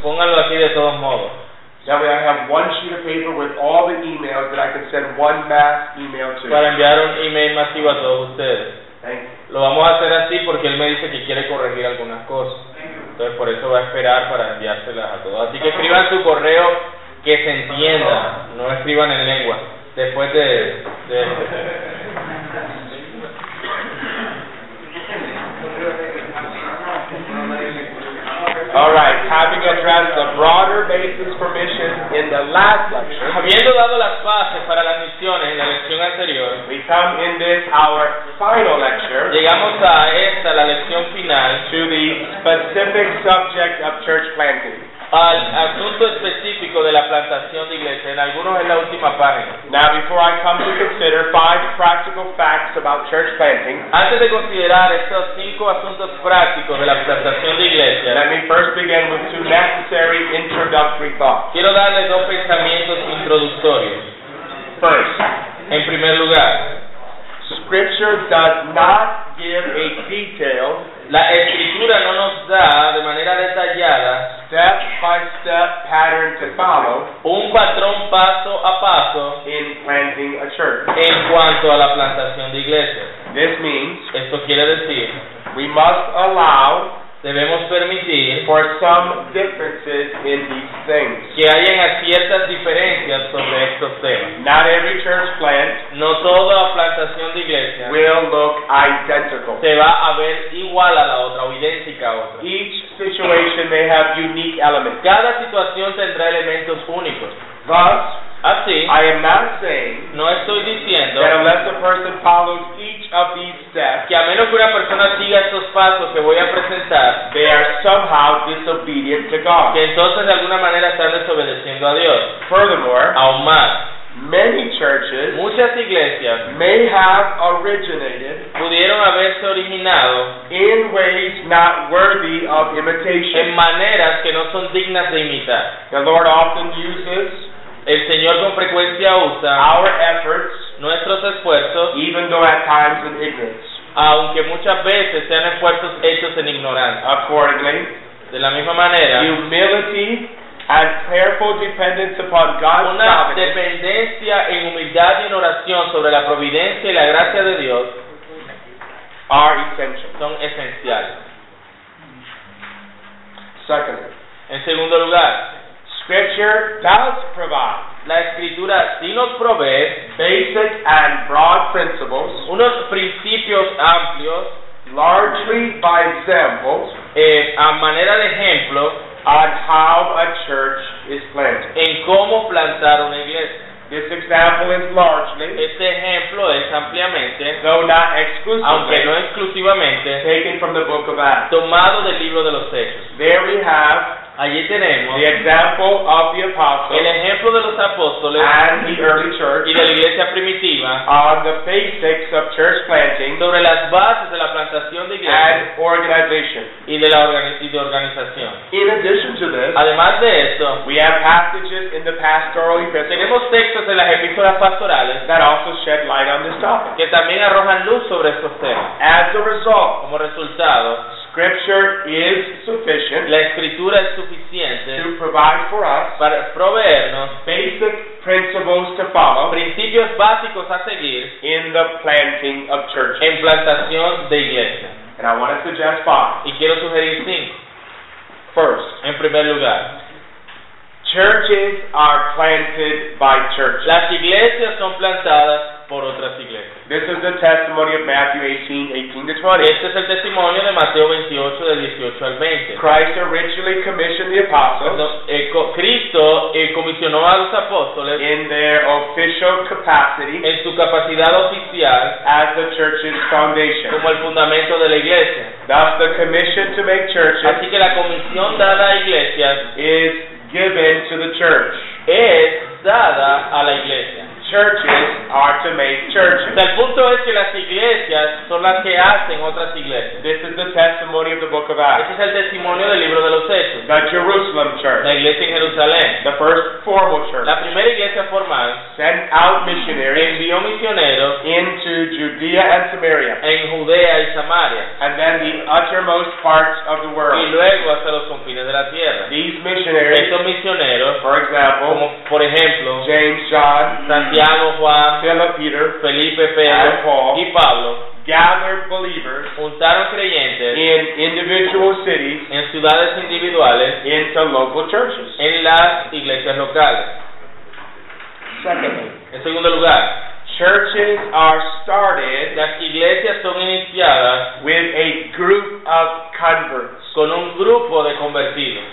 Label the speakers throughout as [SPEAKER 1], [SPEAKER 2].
[SPEAKER 1] Pónganlo aquí de todos modos.
[SPEAKER 2] That way I have one sheet of paper with all the emails that I can send one mass email to.
[SPEAKER 1] Para enviar un email masivo a todos ustedes.
[SPEAKER 2] Thank you.
[SPEAKER 1] Lo vamos a hacer así porque él me dice que quiere corregir algunas cosas. Entonces por eso va a esperar para enviárselas a todos. Así que escriban su correo que se entienda, no escriban en lengua. Después de, de
[SPEAKER 2] All right, having addressed the broader basis for missions in the last lecture,
[SPEAKER 1] habiendo dado las bases para las misiones en la lección anterior,
[SPEAKER 2] we come in this our final lecture
[SPEAKER 1] llegamos a esta, la lección final,
[SPEAKER 2] to the specific subject of church planting.
[SPEAKER 1] al asunto específico de la plantación de iglesia. En algunos es la última página.
[SPEAKER 2] Now, before I come to consider five practical facts about church planting,
[SPEAKER 1] Antes de considerar estos cinco asuntos prácticos de la plantación de iglesias,
[SPEAKER 2] let me first begin with two necessary introductory thoughts.
[SPEAKER 1] quiero darles dos pensamientos introductorios.
[SPEAKER 2] First,
[SPEAKER 1] En primer lugar,
[SPEAKER 2] Scripture does not give a detailed,
[SPEAKER 1] la escritura no nos da de manera detallada
[SPEAKER 2] step by step pattern to follow
[SPEAKER 1] un patrón paso a paso
[SPEAKER 2] in planting a church.
[SPEAKER 1] en cuanto a la plantación de iglesias.
[SPEAKER 2] This means
[SPEAKER 1] Esto quiere decir,
[SPEAKER 2] we must allow
[SPEAKER 1] debemos permitir
[SPEAKER 2] for some differences in these things.
[SPEAKER 1] que hayan ciertas diferencias sobre estos temas.
[SPEAKER 2] Not every church plant
[SPEAKER 1] No toda plantación de iglesias
[SPEAKER 2] will look identical.
[SPEAKER 1] se va a ver igual a la otra o idéntica a otra.
[SPEAKER 2] Each situation may have unique elements.
[SPEAKER 1] Cada situación tendrá elementos únicos.
[SPEAKER 2] Thus,
[SPEAKER 1] Así,
[SPEAKER 2] I am not saying
[SPEAKER 1] no estoy diciendo
[SPEAKER 2] that unless a person follows each of these steps,
[SPEAKER 1] que a menos que una persona siga estos pasos que voy a presentar,
[SPEAKER 2] they are somehow disobedient to God.
[SPEAKER 1] que entonces de alguna manera están desobedeciendo a Dios.
[SPEAKER 2] Furthermore,
[SPEAKER 1] Aún más,
[SPEAKER 2] many churches
[SPEAKER 1] muchas iglesias
[SPEAKER 2] may have originated
[SPEAKER 1] pudieron haberse originado
[SPEAKER 2] in ways not worthy of
[SPEAKER 1] en
[SPEAKER 2] imitation.
[SPEAKER 1] maneras que no son dignas de imitar.
[SPEAKER 2] The Lord often uses
[SPEAKER 1] El Señor con frecuencia usa
[SPEAKER 2] our efforts,
[SPEAKER 1] nuestros esfuerzos,
[SPEAKER 2] even though at times in ignorance.
[SPEAKER 1] aunque muchas veces sean esfuerzos hechos en ignorancia.
[SPEAKER 2] Accordingly,
[SPEAKER 1] De la misma manera,
[SPEAKER 2] humility and prayerful dependence upon God's
[SPEAKER 1] Una
[SPEAKER 2] providence
[SPEAKER 1] dependencia en humildad y en oración sobre la providencia y la gracia de Dios
[SPEAKER 2] are essential.
[SPEAKER 1] son esenciales.
[SPEAKER 2] Secondly,
[SPEAKER 1] En segundo lugar,
[SPEAKER 2] Scripture does provide
[SPEAKER 1] la Escritura sí nos provee
[SPEAKER 2] basic and broad principles,
[SPEAKER 1] unos principios amplios
[SPEAKER 2] largely by examples,
[SPEAKER 1] eh, a manera de ejemplo
[SPEAKER 2] on how a church is planted.
[SPEAKER 1] en cómo plantar una iglesia.
[SPEAKER 2] This example is largely,
[SPEAKER 1] Este ejemplo es ampliamente,
[SPEAKER 2] though not
[SPEAKER 1] aunque no
[SPEAKER 2] exclusively,
[SPEAKER 1] exclusivamente,
[SPEAKER 2] taken from the book of Acts.
[SPEAKER 1] tomado del libro de los Hechos.
[SPEAKER 2] There we have
[SPEAKER 1] Allí
[SPEAKER 2] the
[SPEAKER 1] tenemos
[SPEAKER 2] example of the
[SPEAKER 1] el
[SPEAKER 2] apostles
[SPEAKER 1] ejemplo de los apóstoles
[SPEAKER 2] and the early church
[SPEAKER 1] y de la iglesia primitiva
[SPEAKER 2] on the basics of church planting
[SPEAKER 1] sobre las bases de la plantación de iglesias
[SPEAKER 2] and organization.
[SPEAKER 1] y de la organi- y de organización.
[SPEAKER 2] In addition to this,
[SPEAKER 1] Además de esto,
[SPEAKER 2] we have passages in the pastoral epistles
[SPEAKER 1] tenemos textos en las epístolas pastorales
[SPEAKER 2] that also shed light on this topic.
[SPEAKER 1] que también arrojan luz sobre estos temas.
[SPEAKER 2] As a result,
[SPEAKER 1] Como resultado,
[SPEAKER 2] Scripture is sufficient
[SPEAKER 1] la escritura es suficiente
[SPEAKER 2] to provide for us
[SPEAKER 1] para proveernos
[SPEAKER 2] basic principles to follow
[SPEAKER 1] principios básicos a seguir
[SPEAKER 2] in the planting of churches.
[SPEAKER 1] en plantación de iglesia.
[SPEAKER 2] And I want to suggest five.
[SPEAKER 1] Y quiero sugerir cinco.
[SPEAKER 2] First,
[SPEAKER 1] En primer lugar,
[SPEAKER 2] churches are planted by churches.
[SPEAKER 1] las iglesias son plantadas por otras iglesias.
[SPEAKER 2] This is the testimony of Matthew 18, 18 to 20.
[SPEAKER 1] Este es el testimonio de Mateo 28, del 18 al 20.
[SPEAKER 2] Christ originally commissioned the apostles
[SPEAKER 1] Perdón, eh, co- Cristo eh, comisionó a los apóstoles
[SPEAKER 2] in their official capacity
[SPEAKER 1] en su capacidad oficial
[SPEAKER 2] as the church's foundation.
[SPEAKER 1] como el fundamento de la iglesia.
[SPEAKER 2] Thus, the commission to make churches
[SPEAKER 1] Así que la comisión dada a iglesias
[SPEAKER 2] is given to the church.
[SPEAKER 1] es dada a la iglesia.
[SPEAKER 2] churches are to
[SPEAKER 1] O
[SPEAKER 2] make churches.
[SPEAKER 1] sea, el punto es que las iglesias son las que hacen otras iglesias.
[SPEAKER 2] This is the testimony of the book
[SPEAKER 1] Ese
[SPEAKER 2] of Acts.
[SPEAKER 1] es el testimonio del libro de los Hechos.
[SPEAKER 2] The Jerusalem
[SPEAKER 1] La
[SPEAKER 2] church,
[SPEAKER 1] iglesia en Jerusalén.
[SPEAKER 2] the first formal church,
[SPEAKER 1] La primera iglesia formal
[SPEAKER 2] sent out missionaries
[SPEAKER 1] envió misioneros
[SPEAKER 2] into Judea and Samaria,
[SPEAKER 1] en Judea y Samaria
[SPEAKER 2] and then the uttermost parts of the
[SPEAKER 1] y
[SPEAKER 2] world.
[SPEAKER 1] luego hasta los confines de la tierra.
[SPEAKER 2] These missionaries,
[SPEAKER 1] Estos misioneros,
[SPEAKER 2] for example,
[SPEAKER 1] como por ejemplo
[SPEAKER 2] James, John,
[SPEAKER 1] Santiago, Juan,
[SPEAKER 2] Philip, Peter,
[SPEAKER 1] Felipe,
[SPEAKER 2] and
[SPEAKER 1] Pedro
[SPEAKER 2] Paul,
[SPEAKER 1] y Pablo,
[SPEAKER 2] gathered believers
[SPEAKER 1] juntaron creyentes
[SPEAKER 2] in individual cities
[SPEAKER 1] en ciudades individuales
[SPEAKER 2] into local churches.
[SPEAKER 1] en las iglesias locales.
[SPEAKER 2] Secondly,
[SPEAKER 1] En segundo lugar,
[SPEAKER 2] churches are started
[SPEAKER 1] Las iglesias son iniciadas
[SPEAKER 2] with a group of converts.
[SPEAKER 1] con un grupo de convertidos.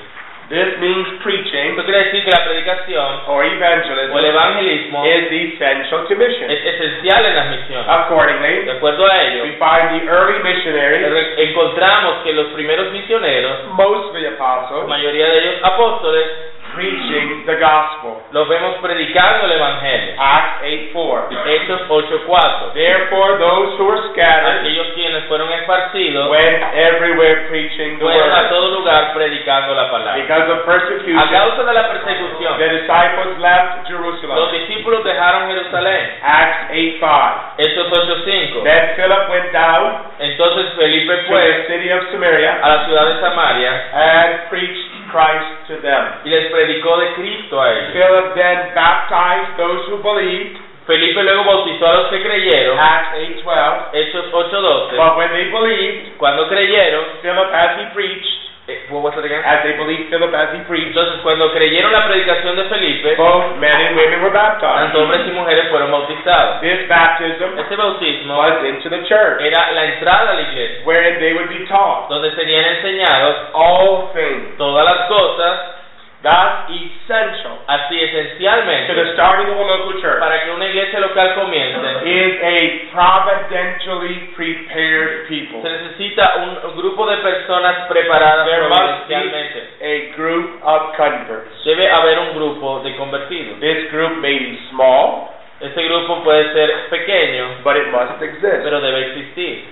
[SPEAKER 2] This means preaching
[SPEAKER 1] Esto quiere decir que la predicación o
[SPEAKER 2] or
[SPEAKER 1] el
[SPEAKER 2] evangelism
[SPEAKER 1] evangelismo
[SPEAKER 2] is essential to mission.
[SPEAKER 1] es esencial en las misiones. De
[SPEAKER 2] Accordingly,
[SPEAKER 1] acuerdo a
[SPEAKER 2] we
[SPEAKER 1] ello,
[SPEAKER 2] find the early missionaries,
[SPEAKER 1] re- encontramos que los primeros misioneros,
[SPEAKER 2] mostly
[SPEAKER 1] la
[SPEAKER 2] apostles,
[SPEAKER 1] mayoría de ellos apóstoles,
[SPEAKER 2] preaching the gospel.
[SPEAKER 1] los vemos predicando el evangelio.
[SPEAKER 2] Acts 8:4.
[SPEAKER 1] Hechos 8:4.
[SPEAKER 2] Therefore, those who are scattered
[SPEAKER 1] Aquellos quienes fueron esparcidos
[SPEAKER 2] went everywhere preaching the
[SPEAKER 1] fueron a
[SPEAKER 2] word.
[SPEAKER 1] todo lugar predicando la palabra.
[SPEAKER 2] Because of
[SPEAKER 1] A
[SPEAKER 2] persecution,
[SPEAKER 1] causa de la
[SPEAKER 2] the
[SPEAKER 1] persecución,
[SPEAKER 2] disciples left
[SPEAKER 1] los
[SPEAKER 2] Jerusalem.
[SPEAKER 1] discípulos dejaron Jerusalén.
[SPEAKER 2] Acts 8:5.
[SPEAKER 1] Hechos 8:5.
[SPEAKER 2] Then Philip went down
[SPEAKER 1] Entonces Felipe
[SPEAKER 2] to the
[SPEAKER 1] fue
[SPEAKER 2] city of Samaria
[SPEAKER 1] a la ciudad de Samaria
[SPEAKER 2] and preached Christ to them.
[SPEAKER 1] y les predicó de Cristo a ellos.
[SPEAKER 2] Philip then baptized those who believed.
[SPEAKER 1] Felipe luego bautizó a los que creyeron,
[SPEAKER 2] Acts 8:12.
[SPEAKER 1] Hechos 8:12.
[SPEAKER 2] But when they believed,
[SPEAKER 1] Cuando creyeron,
[SPEAKER 2] Philip as he preached,
[SPEAKER 1] eh, what was it again?
[SPEAKER 2] as they believed Philip as he preached,
[SPEAKER 1] entonces cuando creyeron la predicación de Felipe,
[SPEAKER 2] both men and women were baptized.
[SPEAKER 1] tanto hombres y mujeres fueron bautizados.
[SPEAKER 2] This baptism
[SPEAKER 1] Este bautismo
[SPEAKER 2] was into the church,
[SPEAKER 1] era la entrada a la iglesia,
[SPEAKER 2] wherein they would be taught
[SPEAKER 1] donde serían enseñados
[SPEAKER 2] all things.
[SPEAKER 1] todas las cosas,
[SPEAKER 2] That's essential
[SPEAKER 1] así
[SPEAKER 2] to the
[SPEAKER 1] esencialmente,
[SPEAKER 2] starting of a local church.
[SPEAKER 1] para que una iglesia local comience.
[SPEAKER 2] is a providentially prepared people.
[SPEAKER 1] Se necesita un grupo de personas preparadas
[SPEAKER 2] There must be
[SPEAKER 1] providencialmente.
[SPEAKER 2] a group of converts.
[SPEAKER 1] Debe haber un grupo de convertidos.
[SPEAKER 2] This group may be small,
[SPEAKER 1] Este grupo puede ser pequeño,
[SPEAKER 2] but it must exist.
[SPEAKER 1] pero debe existir.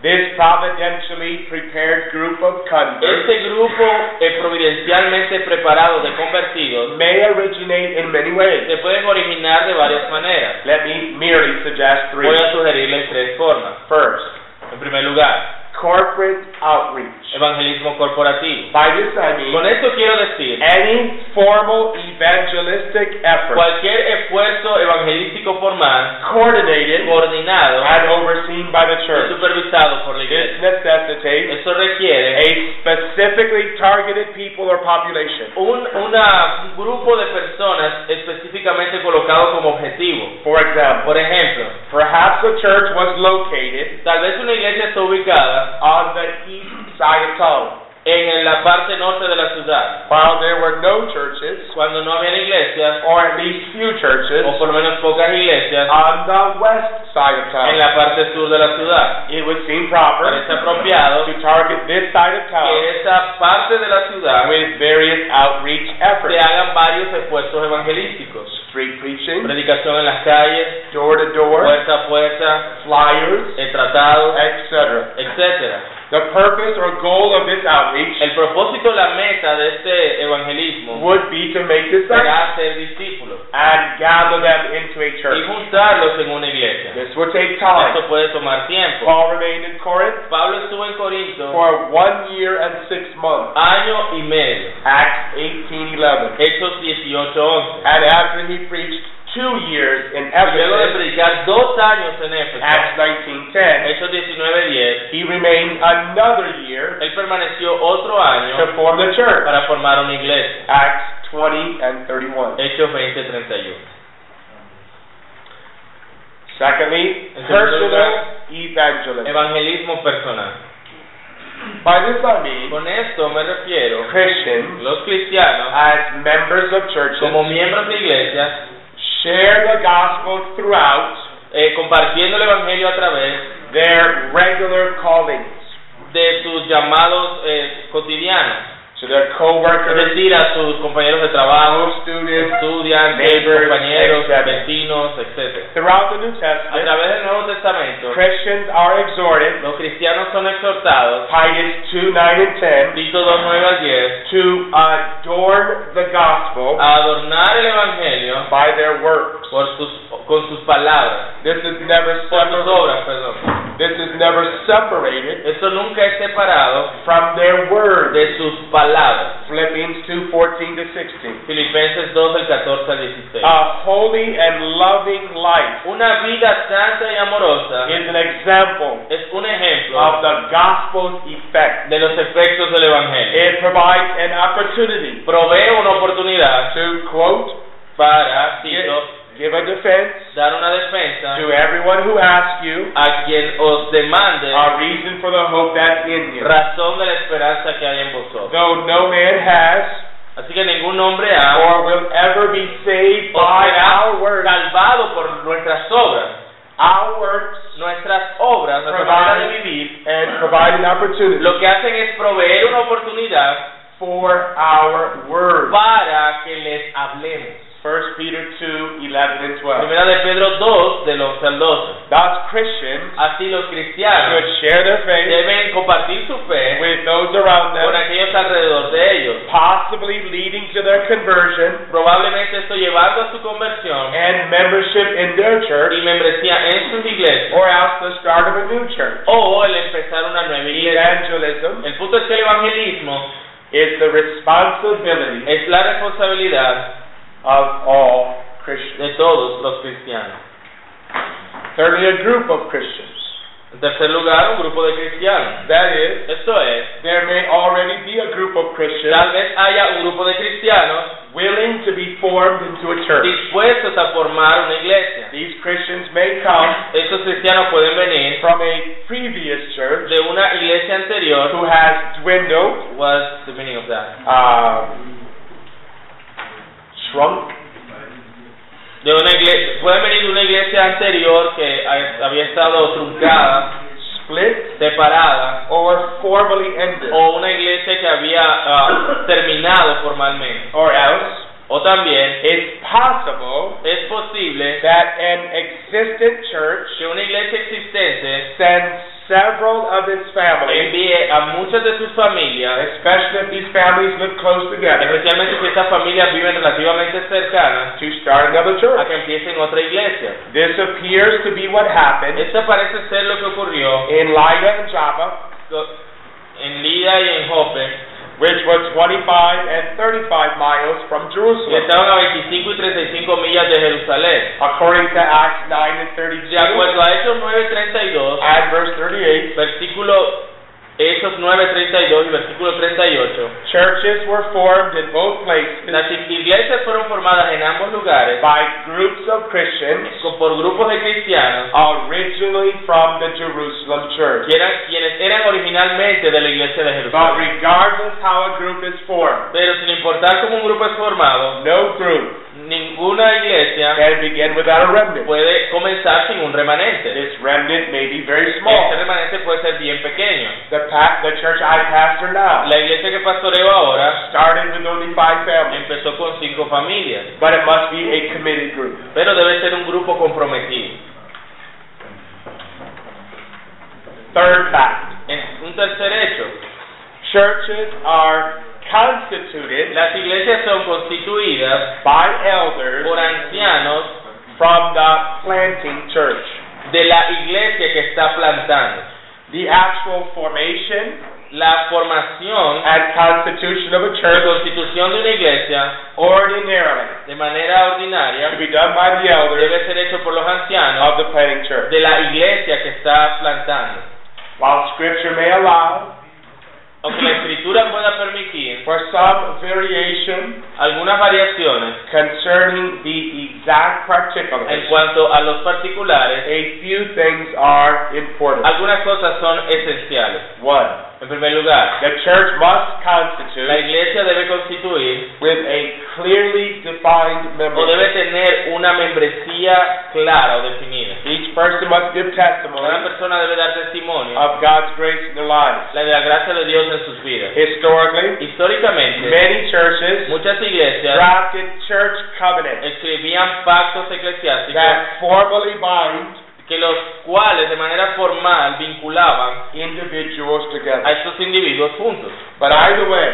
[SPEAKER 2] This providentially prepared group of converts
[SPEAKER 1] Este grupo eh, providencialmente preparado de convertidos
[SPEAKER 2] may originate in many ways.
[SPEAKER 1] se pueden originar de varias maneras.
[SPEAKER 2] Let me merely suggest three.
[SPEAKER 1] Voy a sugerirles tres formas.
[SPEAKER 2] First,
[SPEAKER 1] En primer lugar,
[SPEAKER 2] corporate outreach.
[SPEAKER 1] evangelismo corporativo.
[SPEAKER 2] By this I mean
[SPEAKER 1] Con esto quiero decir,
[SPEAKER 2] any formal evangelistic effort
[SPEAKER 1] cualquier esfuerzo evangelístico formal,
[SPEAKER 2] coordinated
[SPEAKER 1] coordinado
[SPEAKER 2] and overseen by the
[SPEAKER 1] y
[SPEAKER 2] church.
[SPEAKER 1] supervisado por la
[SPEAKER 2] This
[SPEAKER 1] iglesia.
[SPEAKER 2] necessitates
[SPEAKER 1] Esto requiere
[SPEAKER 2] a specifically targeted people or population.
[SPEAKER 1] un, una- un grupo de personas específicamente colocado como objetivo.
[SPEAKER 2] For example,
[SPEAKER 1] Por ejemplo,
[SPEAKER 2] perhaps the church was located
[SPEAKER 1] tal vez una iglesia está ubicada
[SPEAKER 2] on the east side of town,
[SPEAKER 1] en la parte norte de la ciudad,
[SPEAKER 2] while there were no churches,
[SPEAKER 1] cuando no había iglesias,
[SPEAKER 2] or at least few churches,
[SPEAKER 1] o por lo menos pocas iglesias,
[SPEAKER 2] on the west side of
[SPEAKER 1] en
[SPEAKER 2] town.
[SPEAKER 1] la parte sur de la ciudad.
[SPEAKER 2] It would seem proper
[SPEAKER 1] Parece apropiado
[SPEAKER 2] to target this side of town
[SPEAKER 1] que esa parte de la ciudad
[SPEAKER 2] with various outreach
[SPEAKER 1] se
[SPEAKER 2] efforts.
[SPEAKER 1] hagan varios esfuerzos evangelísticos.
[SPEAKER 2] Street preaching,
[SPEAKER 1] Predicación en las calles,
[SPEAKER 2] door to door,
[SPEAKER 1] puerta a puerta,
[SPEAKER 2] flyers,
[SPEAKER 1] el tratado,
[SPEAKER 2] etc.
[SPEAKER 1] etcétera.
[SPEAKER 2] The purpose or goal of this outreach
[SPEAKER 1] El propósito, la meta de este evangelismo
[SPEAKER 2] would be to make disciples.
[SPEAKER 1] será ser discípulos.
[SPEAKER 2] and gather them into a
[SPEAKER 1] y
[SPEAKER 2] church.
[SPEAKER 1] juntarlos en una iglesia.
[SPEAKER 2] This would take time.
[SPEAKER 1] Esto puede tomar tiempo.
[SPEAKER 2] Paul remained in Corinth
[SPEAKER 1] Pablo estuvo en Corinto
[SPEAKER 2] for one year and six months.
[SPEAKER 1] año y medio,
[SPEAKER 2] Acts 18:11.
[SPEAKER 1] Hechos 18:11.
[SPEAKER 2] And after he preached two years in
[SPEAKER 1] Y Luego de
[SPEAKER 2] Ephesus,
[SPEAKER 1] predicar dos años en Éfeso,
[SPEAKER 2] Acts 19:10,
[SPEAKER 1] Hechos 19:10,
[SPEAKER 2] he remained another year
[SPEAKER 1] él permaneció otro
[SPEAKER 2] to
[SPEAKER 1] año
[SPEAKER 2] form the church.
[SPEAKER 1] para formar una iglesia.
[SPEAKER 2] Acts 20 and 31.
[SPEAKER 1] Hechos 20:31.
[SPEAKER 2] Secondly, personal evangelism.
[SPEAKER 1] Evangelismo personal.
[SPEAKER 2] By this I mean
[SPEAKER 1] Con esto me refiero
[SPEAKER 2] Christians
[SPEAKER 1] los cristianos
[SPEAKER 2] as members of churches
[SPEAKER 1] como miembros de iglesias
[SPEAKER 2] share the gospel throughout
[SPEAKER 1] eh, compartiendo el evangelio a través
[SPEAKER 2] their regular callings.
[SPEAKER 1] de sus llamados eh, cotidianos.
[SPEAKER 2] to their coworkers,
[SPEAKER 1] Es decir, a sus compañeros de trabajo,
[SPEAKER 2] students,
[SPEAKER 1] estudiantes,
[SPEAKER 2] Neighbors,
[SPEAKER 1] compañeros,
[SPEAKER 2] etc.
[SPEAKER 1] vecinos, etc.
[SPEAKER 2] throughout the New
[SPEAKER 1] A
[SPEAKER 2] Testament,
[SPEAKER 1] través del Nuevo Testamento,
[SPEAKER 2] Christians are exhorted,
[SPEAKER 1] los cristianos son exhortados,
[SPEAKER 2] Titus 2, 9 and 10,
[SPEAKER 1] Tito 2, 9 al 10,
[SPEAKER 2] to adorn the gospel
[SPEAKER 1] a adornar el Evangelio
[SPEAKER 2] by their works.
[SPEAKER 1] por sus, con sus palabras,
[SPEAKER 2] This is never
[SPEAKER 1] por sus
[SPEAKER 2] separated.
[SPEAKER 1] obras, perdón.
[SPEAKER 2] This is never separated
[SPEAKER 1] Esto nunca es separado
[SPEAKER 2] from their word.
[SPEAKER 1] de sus palabras.
[SPEAKER 2] Philippians 2, 14 to 16.
[SPEAKER 1] Filipenses 2, del 14 al 16.
[SPEAKER 2] A holy and loving life
[SPEAKER 1] Una vida santa y amorosa
[SPEAKER 2] is an example
[SPEAKER 1] es un
[SPEAKER 2] of
[SPEAKER 1] ejemplo
[SPEAKER 2] the gospel's effect.
[SPEAKER 1] de los efectos del Evangelio.
[SPEAKER 2] It provides an opportunity
[SPEAKER 1] Provee una oportunidad
[SPEAKER 2] to quote,
[SPEAKER 1] para, cito,
[SPEAKER 2] give a defense
[SPEAKER 1] dar una defensa
[SPEAKER 2] to everyone who asks you
[SPEAKER 1] a quien os demande
[SPEAKER 2] a reason for the hope that's in you.
[SPEAKER 1] razón de la esperanza que hay en vosotros.
[SPEAKER 2] Though no man has
[SPEAKER 1] Así que ningún hombre ha
[SPEAKER 2] or will ever be saved
[SPEAKER 1] o
[SPEAKER 2] by
[SPEAKER 1] será
[SPEAKER 2] Oh, our works,
[SPEAKER 1] salvado por nuestras obras.
[SPEAKER 2] our works
[SPEAKER 1] Nuestras obras, nuestra manera de vivir,
[SPEAKER 2] and provide an opportunity
[SPEAKER 1] lo que hacen es proveer una oportunidad
[SPEAKER 2] for our word.
[SPEAKER 1] para que les hablemos.
[SPEAKER 2] 1 Peter 2, 11 and 12.
[SPEAKER 1] Primera de Pedro 2, del 11 al 12.
[SPEAKER 2] Thus, Christians
[SPEAKER 1] Así los
[SPEAKER 2] should
[SPEAKER 1] cristianos
[SPEAKER 2] share their faith
[SPEAKER 1] deben compartir su fe
[SPEAKER 2] with those around
[SPEAKER 1] con
[SPEAKER 2] them,
[SPEAKER 1] aquellos alrededor de ellos.
[SPEAKER 2] possibly leading to their conversion
[SPEAKER 1] Probablemente esto llevando a su conversión
[SPEAKER 2] and membership in their church,
[SPEAKER 1] y membresía en sus iglesias
[SPEAKER 2] or else the start of a new church.
[SPEAKER 1] o el empezar una nueva iglesia.
[SPEAKER 2] Evangelism
[SPEAKER 1] El punto es que el evangelismo
[SPEAKER 2] is the responsibility
[SPEAKER 1] es la responsabilidad
[SPEAKER 2] of all Christians.
[SPEAKER 1] de todos los cristianos.
[SPEAKER 2] Thirdly, a group of Christians.
[SPEAKER 1] En tercer lugar, un grupo de cristianos.
[SPEAKER 2] That is,
[SPEAKER 1] Esto es,
[SPEAKER 2] there may already be a group of Christians
[SPEAKER 1] tal vez haya un grupo de cristianos
[SPEAKER 2] willing to be formed into a church.
[SPEAKER 1] dispuestos a formar una iglesia.
[SPEAKER 2] These Christians may come
[SPEAKER 1] Estos cristianos pueden venir
[SPEAKER 2] from a previous church
[SPEAKER 1] de una iglesia anterior.
[SPEAKER 2] who has dwindled,
[SPEAKER 1] What's the meaning of that?
[SPEAKER 2] um, shrunk,
[SPEAKER 1] De una iglesia, pueden venir de una iglesia anterior que ha- había estado truncada,
[SPEAKER 2] split,
[SPEAKER 1] separada,
[SPEAKER 2] or formally ended,
[SPEAKER 1] o una iglesia que había ah, terminado formalmente.
[SPEAKER 2] or else
[SPEAKER 1] O también
[SPEAKER 2] it's possible
[SPEAKER 1] es posible
[SPEAKER 2] that an existent church
[SPEAKER 1] que una iglesia existente
[SPEAKER 2] sends several of its family,
[SPEAKER 1] envíe a muchas de sus familias,
[SPEAKER 2] especially if these families live close together,
[SPEAKER 1] especialmente si estas familias viven relativamente cercanas,
[SPEAKER 2] to start another
[SPEAKER 1] a
[SPEAKER 2] church.
[SPEAKER 1] que empiecen otra iglesia.
[SPEAKER 2] This appears to be what happened
[SPEAKER 1] Esto parece ser lo que ocurrió
[SPEAKER 2] in Lida and Joppa,
[SPEAKER 1] co- en Lida y en Jope,
[SPEAKER 2] which was 25 and 35 miles from
[SPEAKER 1] que
[SPEAKER 2] Jerusalem.
[SPEAKER 1] estaban a 25 y 35 millas de Jerusalén.
[SPEAKER 2] According to Acts 9 and 32
[SPEAKER 1] De acuerdo a Hechos 9.32,
[SPEAKER 2] and verse 38,
[SPEAKER 1] versículo, Hechos 9.32 y versículo 38,
[SPEAKER 2] churches were formed in both places
[SPEAKER 1] las iglesias fueron formadas en ambos lugares
[SPEAKER 2] by groups of Christians
[SPEAKER 1] con- por grupos de cristianos
[SPEAKER 2] originally from the Jerusalem church.
[SPEAKER 1] que eran, quienes eran originalmente de la iglesia de
[SPEAKER 2] But
[SPEAKER 1] Jerusalén.
[SPEAKER 2] regardless how a group is formed,
[SPEAKER 1] Pero sin importar cómo un grupo es formado,
[SPEAKER 2] no group
[SPEAKER 1] ninguna iglesia
[SPEAKER 2] can begin without a remnant.
[SPEAKER 1] puede comenzar sin un remanente.
[SPEAKER 2] This remnant may be very
[SPEAKER 1] Este
[SPEAKER 2] small.
[SPEAKER 1] remanente puede ser bien pequeño.
[SPEAKER 2] The, pa- the church I pastor now
[SPEAKER 1] La iglesia que pastoreo ahora
[SPEAKER 2] started with only five families,
[SPEAKER 1] empezó con cinco familias,
[SPEAKER 2] but it must be a committed group.
[SPEAKER 1] pero debe ser un grupo comprometido.
[SPEAKER 2] Third fact
[SPEAKER 1] En- un tercer hecho,
[SPEAKER 2] churches are constituted
[SPEAKER 1] las iglesias son constituidas
[SPEAKER 2] by elders
[SPEAKER 1] por ancianos
[SPEAKER 2] from the planting church.
[SPEAKER 1] de la iglesia que está plantando.
[SPEAKER 2] The actual formation
[SPEAKER 1] La formación
[SPEAKER 2] and constitution of a
[SPEAKER 1] la
[SPEAKER 2] church
[SPEAKER 1] constitución de una iglesia
[SPEAKER 2] ordinarily
[SPEAKER 1] de manera
[SPEAKER 2] should
[SPEAKER 1] ordinaria
[SPEAKER 2] be done by the elders
[SPEAKER 1] debe ser hecho por los
[SPEAKER 2] of
[SPEAKER 1] ancianos
[SPEAKER 2] the planting church.
[SPEAKER 1] de la iglesia que está plantando.
[SPEAKER 2] While scripture may allow
[SPEAKER 1] Aunque la escritura pueda permitir
[SPEAKER 2] for some variation
[SPEAKER 1] algunas variaciones
[SPEAKER 2] concerning the exact
[SPEAKER 1] en
[SPEAKER 2] particulars,
[SPEAKER 1] cuanto a los particulares,
[SPEAKER 2] a few things are important.
[SPEAKER 1] algunas cosas son esenciales.
[SPEAKER 2] One,
[SPEAKER 1] En primer lugar,
[SPEAKER 2] the church must
[SPEAKER 1] la
[SPEAKER 2] constitute
[SPEAKER 1] iglesia debe constituir
[SPEAKER 2] with a clearly defined
[SPEAKER 1] o debe
[SPEAKER 2] membership.
[SPEAKER 1] tener una membresía clara o definida.
[SPEAKER 2] Each person must give
[SPEAKER 1] Cada
[SPEAKER 2] testimony
[SPEAKER 1] persona debe dar testimonio
[SPEAKER 2] of God's grace in their lives.
[SPEAKER 1] de la gracia de Dios en sus vidas.
[SPEAKER 2] Historically,
[SPEAKER 1] Históricamente,
[SPEAKER 2] many churches
[SPEAKER 1] muchas iglesias
[SPEAKER 2] drafted church covenants
[SPEAKER 1] escribían pactos eclesiásticos
[SPEAKER 2] that formally bind
[SPEAKER 1] que los cuales de manera formal vinculaban
[SPEAKER 2] individuals
[SPEAKER 1] a
[SPEAKER 2] together.
[SPEAKER 1] estos individuos juntos.
[SPEAKER 2] But either way,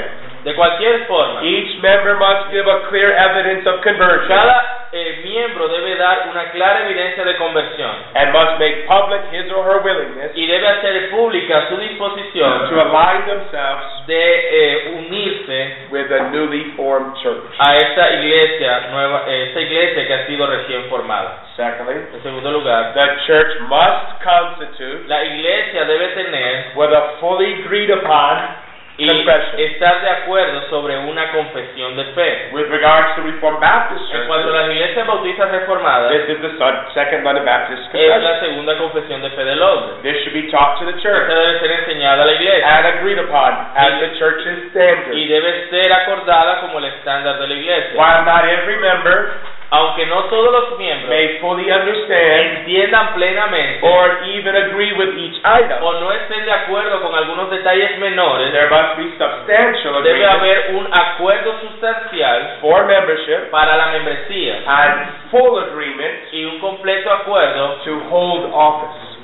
[SPEAKER 1] De cualquier forma,
[SPEAKER 2] each member must give a clear evidence of conversion
[SPEAKER 1] cada eh, miembro debe dar una clara evidencia de conversión
[SPEAKER 2] and must make public his or her willingness
[SPEAKER 1] y debe hacer pública su
[SPEAKER 2] to
[SPEAKER 1] disposición
[SPEAKER 2] align themselves
[SPEAKER 1] de eh, unirse
[SPEAKER 2] with a newly formed church.
[SPEAKER 1] a esta iglesia nueva, eh, esta iglesia que ha sido recién formada.
[SPEAKER 2] Secondly,
[SPEAKER 1] En segundo lugar,
[SPEAKER 2] the church must constitute
[SPEAKER 1] la iglesia debe tener
[SPEAKER 2] with a fully agreed upon
[SPEAKER 1] y
[SPEAKER 2] confession
[SPEAKER 1] estar de acuerdo sobre una confesión de fe.
[SPEAKER 2] with regards to Reformed Baptist
[SPEAKER 1] En cuanto
[SPEAKER 2] churches.
[SPEAKER 1] a las iglesias bautistas reformadas,
[SPEAKER 2] This is the son- second London Baptist
[SPEAKER 1] es la
[SPEAKER 2] confession.
[SPEAKER 1] segunda confesión de fe de Londres.
[SPEAKER 2] This should be taught to the
[SPEAKER 1] Esta
[SPEAKER 2] church
[SPEAKER 1] debe ser enseñada a la iglesia
[SPEAKER 2] and agreed upon as the church's standard.
[SPEAKER 1] y debe ser acordada como el estándar de la iglesia.
[SPEAKER 2] While not every member
[SPEAKER 1] Aunque no todos los miembros
[SPEAKER 2] may fully understand
[SPEAKER 1] entiendan plenamente
[SPEAKER 2] or even agree with each item,
[SPEAKER 1] o no estén de acuerdo con algunos detalles menores,
[SPEAKER 2] there must be substantial
[SPEAKER 1] debe
[SPEAKER 2] agreement
[SPEAKER 1] haber un acuerdo sustancial
[SPEAKER 2] for membership
[SPEAKER 1] para la membresía
[SPEAKER 2] and full agreement
[SPEAKER 1] y un completo acuerdo
[SPEAKER 2] to hold office.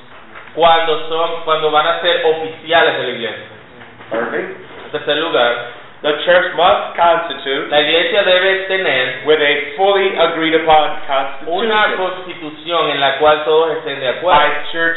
[SPEAKER 1] cuando son cuando van a ser oficiales de la iglesia.
[SPEAKER 2] Thirdly,
[SPEAKER 1] En tercer lugar,
[SPEAKER 2] the church must constitute
[SPEAKER 1] la iglesia debe tener
[SPEAKER 2] with a fully agreed upon
[SPEAKER 1] una
[SPEAKER 2] constitution
[SPEAKER 1] constitución en la cual todos estén de
[SPEAKER 2] by
[SPEAKER 1] acuerdo.
[SPEAKER 2] church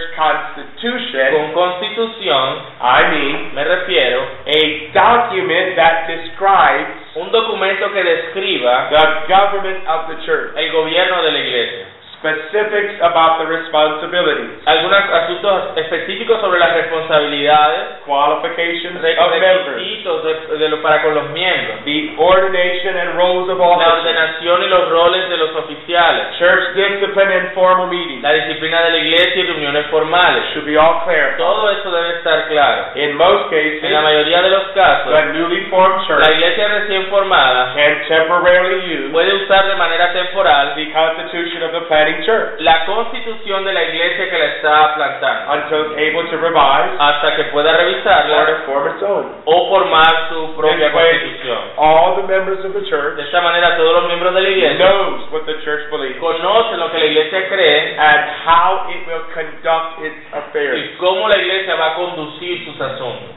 [SPEAKER 2] constitution.
[SPEAKER 1] Con constitución
[SPEAKER 2] I mean
[SPEAKER 1] me refiero
[SPEAKER 2] a document that describes
[SPEAKER 1] un documento que describa
[SPEAKER 2] the government of the church,
[SPEAKER 1] el gobierno de la iglesia,
[SPEAKER 2] specifics about the responsibilities,
[SPEAKER 1] algunos asuntos específicos sobre las responsabilidades,
[SPEAKER 2] qualifications of members,
[SPEAKER 1] requisitos de- de lo- para con los miembros,
[SPEAKER 2] the ordination and roles of
[SPEAKER 1] la
[SPEAKER 2] office,
[SPEAKER 1] ordenación y los roles de los oficiales.
[SPEAKER 2] church discipline and formal meetings.
[SPEAKER 1] La disciplina de la iglesia y reuniones formales.
[SPEAKER 2] Should be all clear.
[SPEAKER 1] Todo eso debe estar claro.
[SPEAKER 2] In most
[SPEAKER 1] En la
[SPEAKER 2] cases,
[SPEAKER 1] mayoría de los casos,
[SPEAKER 2] the newly formed
[SPEAKER 1] la
[SPEAKER 2] church
[SPEAKER 1] iglesia recién formada
[SPEAKER 2] can temporarily use
[SPEAKER 1] puede usar de manera temporal
[SPEAKER 2] the Constitution of the planning church
[SPEAKER 1] la constitución de la iglesia que la está plantando
[SPEAKER 2] until it's able to revise
[SPEAKER 1] hasta que pueda
[SPEAKER 2] or to
[SPEAKER 1] revisarla
[SPEAKER 2] form its own.
[SPEAKER 1] o formar su propia constitución.
[SPEAKER 2] All the members of the church
[SPEAKER 1] De esta manera, todos los miembros de la iglesia
[SPEAKER 2] knows what the church believes
[SPEAKER 1] conocen lo que la iglesia cree
[SPEAKER 2] and how it will conduct its affairs.
[SPEAKER 1] y cómo la iglesia va a conducir sus asuntos.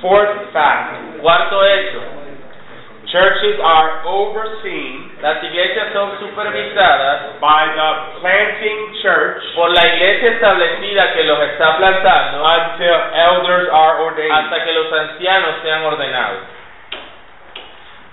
[SPEAKER 2] Fourth fact,
[SPEAKER 1] Cuarto hecho,
[SPEAKER 2] churches are overseen
[SPEAKER 1] las iglesias son supervisadas
[SPEAKER 2] by the planting church
[SPEAKER 1] por la iglesia establecida que los está plantando
[SPEAKER 2] until elders are ordained.
[SPEAKER 1] hasta que los ancianos sean ordenados.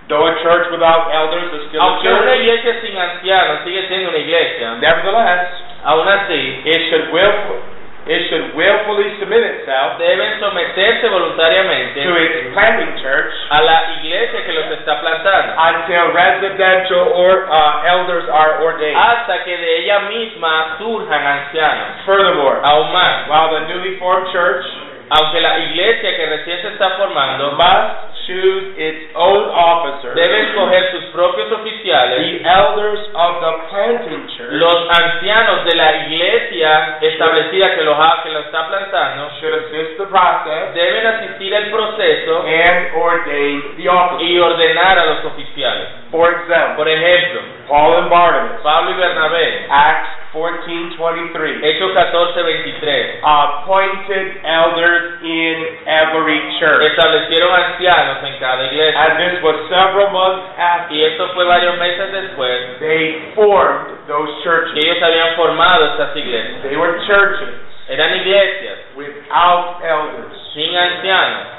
[SPEAKER 2] Though a church without elders is still a
[SPEAKER 1] Aunque una
[SPEAKER 2] church,
[SPEAKER 1] iglesia sin ancianos sigue siendo una iglesia,
[SPEAKER 2] nevertheless,
[SPEAKER 1] aún así
[SPEAKER 2] it should willful, it should willfully submit itself
[SPEAKER 1] deben someterse
[SPEAKER 2] to
[SPEAKER 1] voluntariamente
[SPEAKER 2] its planting church
[SPEAKER 1] a la iglesia que los está plantando
[SPEAKER 2] until residential or uh, elders are ordained.
[SPEAKER 1] hasta que de ella misma surjan ancianos.
[SPEAKER 2] Furthermore, uh,
[SPEAKER 1] Aún más,
[SPEAKER 2] while the newly formed church
[SPEAKER 1] aunque la iglesia que recién se está formando
[SPEAKER 2] must choose its own officers,
[SPEAKER 1] debe escoger sus propios
[SPEAKER 2] the
[SPEAKER 1] oficiales,
[SPEAKER 2] elders of the planting church
[SPEAKER 1] los ancianos de la iglesia establecida que los ha- que los está plantando
[SPEAKER 2] should assist the process
[SPEAKER 1] deben asistir al proceso
[SPEAKER 2] and ordain the officers.
[SPEAKER 1] y ordenar a los oficiales.
[SPEAKER 2] For example,
[SPEAKER 1] Por ejemplo,
[SPEAKER 2] Paul and Barnabas,
[SPEAKER 1] Pablo y Bernabé,
[SPEAKER 2] Acts 14:23,
[SPEAKER 1] Hechos 14, 23,
[SPEAKER 2] appointed elders in every
[SPEAKER 1] E-
[SPEAKER 2] church,
[SPEAKER 1] establecieron ancianos en cada iglesia.
[SPEAKER 2] and this was several months after.
[SPEAKER 1] Y esto fue varios meses después
[SPEAKER 2] They formed those
[SPEAKER 1] que
[SPEAKER 2] churches.
[SPEAKER 1] ellos habían formado estas iglesias.
[SPEAKER 2] They were churches
[SPEAKER 1] Eran iglesias
[SPEAKER 2] without elders.
[SPEAKER 1] sin ancianos.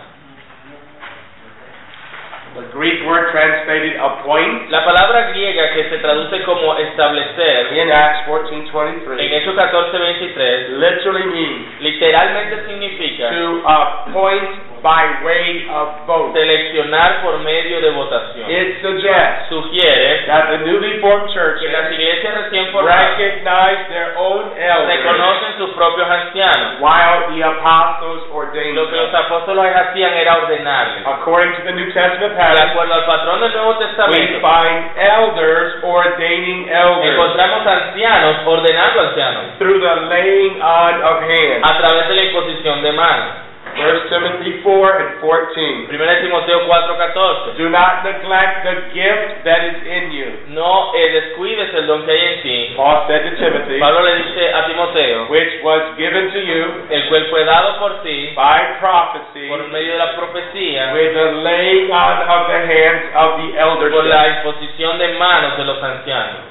[SPEAKER 2] The Greek word translated appoint
[SPEAKER 1] La palabra griega que se traduce como establecer
[SPEAKER 2] in Acts
[SPEAKER 1] en
[SPEAKER 2] 14:23
[SPEAKER 1] Hechos 14, 23
[SPEAKER 2] literally means
[SPEAKER 1] literalmente significa
[SPEAKER 2] to appoint by way of vote.
[SPEAKER 1] Seleccionar por medio de votación.
[SPEAKER 2] It suggests
[SPEAKER 1] Sugiere
[SPEAKER 2] that the newly formed
[SPEAKER 1] que las
[SPEAKER 2] churches
[SPEAKER 1] iglesias recién formadas
[SPEAKER 2] recognize their own elders
[SPEAKER 1] reconocen sus propios ancianos.
[SPEAKER 2] while the apostles ordain
[SPEAKER 1] Lo que los
[SPEAKER 2] them.
[SPEAKER 1] apóstoles hacían era ordenarles.
[SPEAKER 2] According to the New Testament
[SPEAKER 1] De
[SPEAKER 2] pattern,
[SPEAKER 1] acuerdo al patrón del Nuevo
[SPEAKER 2] we
[SPEAKER 1] Testamento,
[SPEAKER 2] find elders ordaining elders
[SPEAKER 1] encontramos ancianos ordenando ancianos
[SPEAKER 2] through the laying on of hands.
[SPEAKER 1] a través de la imposición de manos.
[SPEAKER 2] 1 Timothy 4 and 14.
[SPEAKER 1] 1 Timoteo 4:14.
[SPEAKER 2] Do not neglect the gift that is in you.
[SPEAKER 1] No eh, descuides el don que hay en ti.
[SPEAKER 2] Paul said to Timothy,
[SPEAKER 1] Pablo le dice a Timoteo,
[SPEAKER 2] which was given to you
[SPEAKER 1] el cual fue dado por ti
[SPEAKER 2] by prophecy
[SPEAKER 1] por medio de la profecía,
[SPEAKER 2] with the laying on of the hands of the
[SPEAKER 1] por
[SPEAKER 2] eldership.
[SPEAKER 1] la imposición de manos de los ancianos.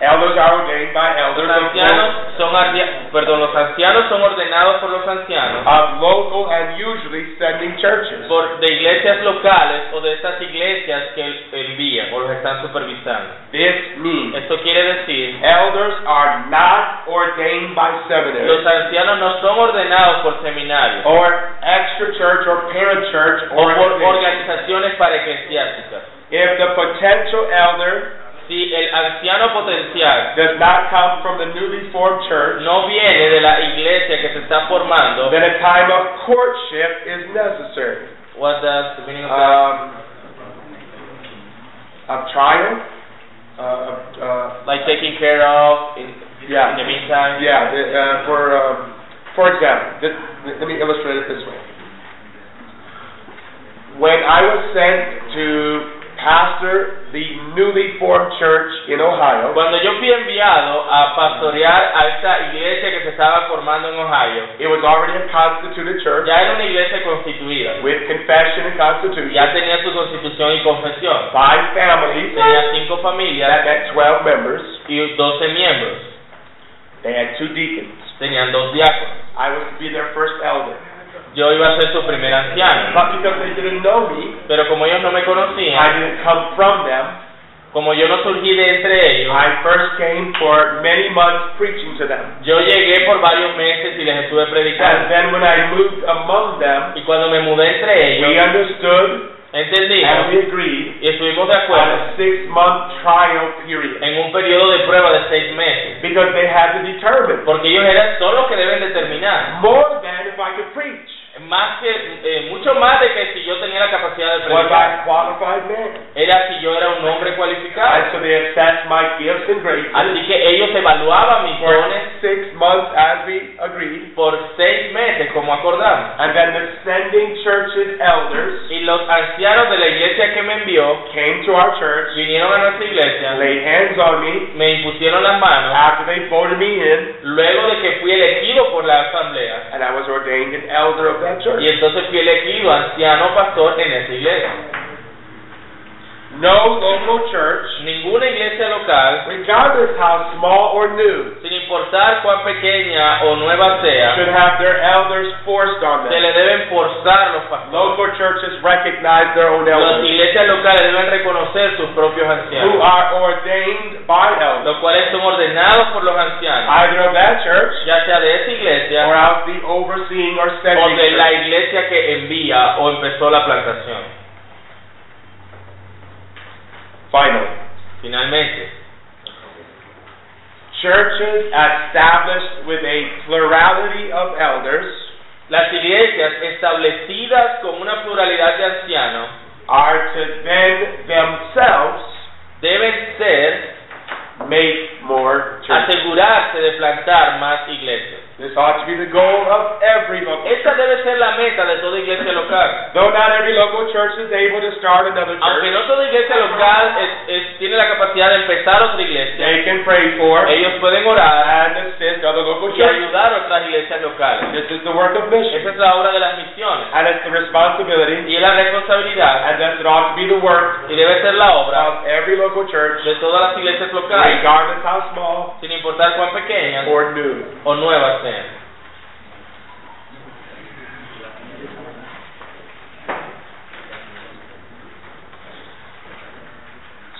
[SPEAKER 2] Elders are ordained by
[SPEAKER 1] Los
[SPEAKER 2] elders of both-
[SPEAKER 1] ancianos son ardia- perdón, los ancianos son ordenados por los ancianos
[SPEAKER 2] of local and usually sending churches.
[SPEAKER 1] por de iglesias locales o de estas iglesias que él envía o los están supervisando.
[SPEAKER 2] This means
[SPEAKER 1] Esto quiere decir
[SPEAKER 2] elders are not ordained by seminary
[SPEAKER 1] los ancianos no son ordenados por seminarios
[SPEAKER 2] or extra church or parent church
[SPEAKER 1] o por
[SPEAKER 2] or
[SPEAKER 1] organizaciones para eclesiásticas.
[SPEAKER 2] if the potential elder
[SPEAKER 1] Si el anciano potencial
[SPEAKER 2] does not come from the newly formed church,
[SPEAKER 1] no viene de la iglesia que se está formando,
[SPEAKER 2] then a time of courtship is necessary.
[SPEAKER 1] what does the meaning of that?
[SPEAKER 2] um, of trial. Uh, of, uh,
[SPEAKER 1] Like taking care of in, in
[SPEAKER 2] yeah,
[SPEAKER 1] the meantime.
[SPEAKER 2] yeah. The, uh, for um, for example, this, let me illustrate it this way. When I was sent to pastor the newly formed church in Ohio,
[SPEAKER 1] Cuando yo fui enviado a pastorear a esta iglesia que se estaba formando en Ohio,
[SPEAKER 2] it was already a constituted church
[SPEAKER 1] ya era una iglesia constituida,
[SPEAKER 2] with confession and
[SPEAKER 1] ya
[SPEAKER 2] constitution
[SPEAKER 1] tenía su constitución y confesión,
[SPEAKER 2] five families.
[SPEAKER 1] tenía cinco
[SPEAKER 2] That
[SPEAKER 1] familias
[SPEAKER 2] meant 12 members.
[SPEAKER 1] y 12 miembros,
[SPEAKER 2] They had two deacons.
[SPEAKER 1] tenían dos diáconos.
[SPEAKER 2] I was to be their first elder.
[SPEAKER 1] Yo iba a ser su primer anciano,
[SPEAKER 2] But because they didn't know me,
[SPEAKER 1] pero como ellos no me
[SPEAKER 2] I
[SPEAKER 1] conocían,
[SPEAKER 2] didn't come from them.
[SPEAKER 1] como yo no surgí de entre ellos,
[SPEAKER 2] I first came for many months preaching to them.
[SPEAKER 1] Yo llegué por varios meses y les estuve
[SPEAKER 2] And
[SPEAKER 1] predicando.
[SPEAKER 2] then when I moved among them,
[SPEAKER 1] Y cuando me mudé entre
[SPEAKER 2] we
[SPEAKER 1] ellos,
[SPEAKER 2] understood and
[SPEAKER 1] entendimos
[SPEAKER 2] we agreed
[SPEAKER 1] y estuvimos de
[SPEAKER 2] on
[SPEAKER 1] acuerdo
[SPEAKER 2] a six-month trial period
[SPEAKER 1] en un periodo de prueba de seis meses.
[SPEAKER 2] because they had to determine
[SPEAKER 1] Porque ellos eran, son los que deben determinar.
[SPEAKER 2] more than if I could preach.
[SPEAKER 1] Más que, eh, mucho más de que si yo tenía la capacidad de
[SPEAKER 2] Was
[SPEAKER 1] predicar.
[SPEAKER 2] I a qualified man?
[SPEAKER 1] Era si yo era un hombre
[SPEAKER 2] And
[SPEAKER 1] cualificado.
[SPEAKER 2] so they assessed my gifts and graces
[SPEAKER 1] Así que ellos evaluaban mis
[SPEAKER 2] for
[SPEAKER 1] dones
[SPEAKER 2] six months as we agreed.
[SPEAKER 1] por seis meses, como acordamos.
[SPEAKER 2] And then the sending church's elders
[SPEAKER 1] Y los ancianos de la iglesia que me envió
[SPEAKER 2] came to our church,
[SPEAKER 1] vinieron a nuestra iglesia,
[SPEAKER 2] laid hands on me
[SPEAKER 1] me impusieron las manos.
[SPEAKER 2] after they voted me in.
[SPEAKER 1] Luego de que fui elegido por la asamblea,
[SPEAKER 2] and I was ordained an elder of that
[SPEAKER 1] y
[SPEAKER 2] church.
[SPEAKER 1] entonces fui elegido anciano pastor en esa iglesia.
[SPEAKER 2] No local church,
[SPEAKER 1] Ninguna iglesia local,
[SPEAKER 2] regardless how small or new,
[SPEAKER 1] sin importar cuán pequeña o nueva sea,
[SPEAKER 2] should have their elders forced on
[SPEAKER 1] se
[SPEAKER 2] them.
[SPEAKER 1] le deben forzar los pastores.
[SPEAKER 2] Local churches recognize their own
[SPEAKER 1] Las
[SPEAKER 2] elders,
[SPEAKER 1] iglesias locales deben reconocer sus propios
[SPEAKER 2] who
[SPEAKER 1] ancianos,
[SPEAKER 2] are ordained by elders,
[SPEAKER 1] los cuales son ordenados por los ancianos,
[SPEAKER 2] either of that church
[SPEAKER 1] ya sea de esa
[SPEAKER 2] or
[SPEAKER 1] iglesia
[SPEAKER 2] of the overseeing or
[SPEAKER 1] o
[SPEAKER 2] sending
[SPEAKER 1] de la
[SPEAKER 2] church.
[SPEAKER 1] iglesia que envía o empezó la plantación.
[SPEAKER 2] Finally,
[SPEAKER 1] Finalmente,
[SPEAKER 2] churches established with a plurality of elders
[SPEAKER 1] las iglesias establecidas con una pluralidad de ancianos
[SPEAKER 2] are to then themselves
[SPEAKER 1] deben ser
[SPEAKER 2] make more churches.
[SPEAKER 1] asegurarse de plantar más iglesias.
[SPEAKER 2] This ought to be the goal of every local
[SPEAKER 1] Esta debe ser la meta de toda iglesia local.
[SPEAKER 2] Though not every local church is able to start another
[SPEAKER 1] Aunque
[SPEAKER 2] church,
[SPEAKER 1] no toda iglesia local es- es- tiene la capacidad de empezar otra iglesia,
[SPEAKER 2] they can pray for
[SPEAKER 1] ellos pueden orar
[SPEAKER 2] and assist other local
[SPEAKER 1] y
[SPEAKER 2] churches.
[SPEAKER 1] ayudar a otras iglesias locales.
[SPEAKER 2] This is the work of mission,
[SPEAKER 1] Esa es la obra de las misiones
[SPEAKER 2] and it's the responsibility,
[SPEAKER 1] y es la responsabilidad
[SPEAKER 2] and thus it ought to be the work
[SPEAKER 1] y debe ser la obra
[SPEAKER 2] of every local church,
[SPEAKER 1] de todas las iglesias locales,
[SPEAKER 2] regardless how small
[SPEAKER 1] sin importar cuán pequeñas
[SPEAKER 2] or new.
[SPEAKER 1] o nuevas sean.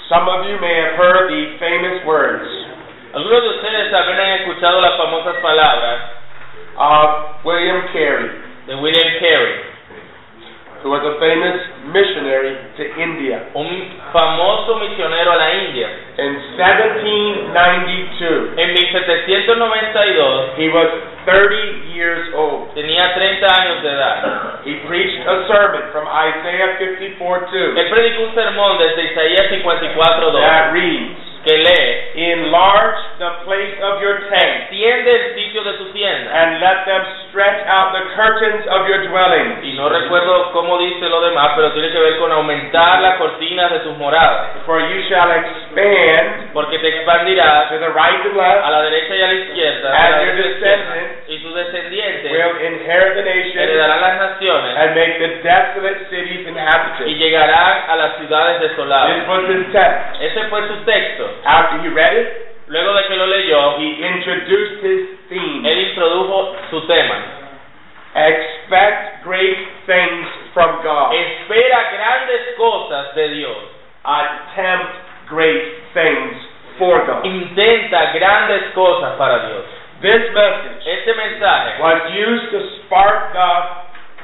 [SPEAKER 2] Some of you may have heard the famous words
[SPEAKER 1] Algunos de ustedes también han escuchado las famosas palabras
[SPEAKER 2] of William Carey.
[SPEAKER 1] de William Carey.
[SPEAKER 2] who was a famous missionary to India
[SPEAKER 1] un famoso misionero a la India.
[SPEAKER 2] in 1792.
[SPEAKER 1] En 1792
[SPEAKER 2] He was 30 years old.
[SPEAKER 1] tenía 30 años de edad.
[SPEAKER 2] He preached a sermon from Isaiah 54:2
[SPEAKER 1] Él predicó un sermón desde Isaías 54.2
[SPEAKER 2] that reads,
[SPEAKER 1] que lee,
[SPEAKER 2] "Enlarge the place of your tent
[SPEAKER 1] extiende el sitio de tu tienda.
[SPEAKER 2] and let them stretch out the curtains of your dwelling."
[SPEAKER 1] Y no recuerdo cómo dice lo demás, pero tiene que ver con aumentar las cortinas de tus moradas,
[SPEAKER 2] For you shall expand
[SPEAKER 1] porque te expandirás
[SPEAKER 2] to the right and
[SPEAKER 1] a
[SPEAKER 2] left,
[SPEAKER 1] la derecha y a la izquierda,
[SPEAKER 2] And
[SPEAKER 1] a la
[SPEAKER 2] your
[SPEAKER 1] derecha y izquierda,
[SPEAKER 2] descendants
[SPEAKER 1] y tus descendientes
[SPEAKER 2] will inherit the nation,
[SPEAKER 1] heredarán las naciones
[SPEAKER 2] and make the desolate cities
[SPEAKER 1] y
[SPEAKER 2] inhabited.
[SPEAKER 1] llegarán a las ciudades
[SPEAKER 2] This
[SPEAKER 1] desoladas.
[SPEAKER 2] was his text.
[SPEAKER 1] Ese fue su texto.
[SPEAKER 2] After he read it,
[SPEAKER 1] Luego de que lo leyó,
[SPEAKER 2] he introduced his
[SPEAKER 1] él
[SPEAKER 2] theme.
[SPEAKER 1] introdujo su tema.
[SPEAKER 2] Expect great things from God.
[SPEAKER 1] Espera grandes cosas de Dios.
[SPEAKER 2] attempt great things for God.
[SPEAKER 1] Intenta grandes cosas para Dios.
[SPEAKER 2] This message
[SPEAKER 1] Este mensaje
[SPEAKER 2] was used to spark the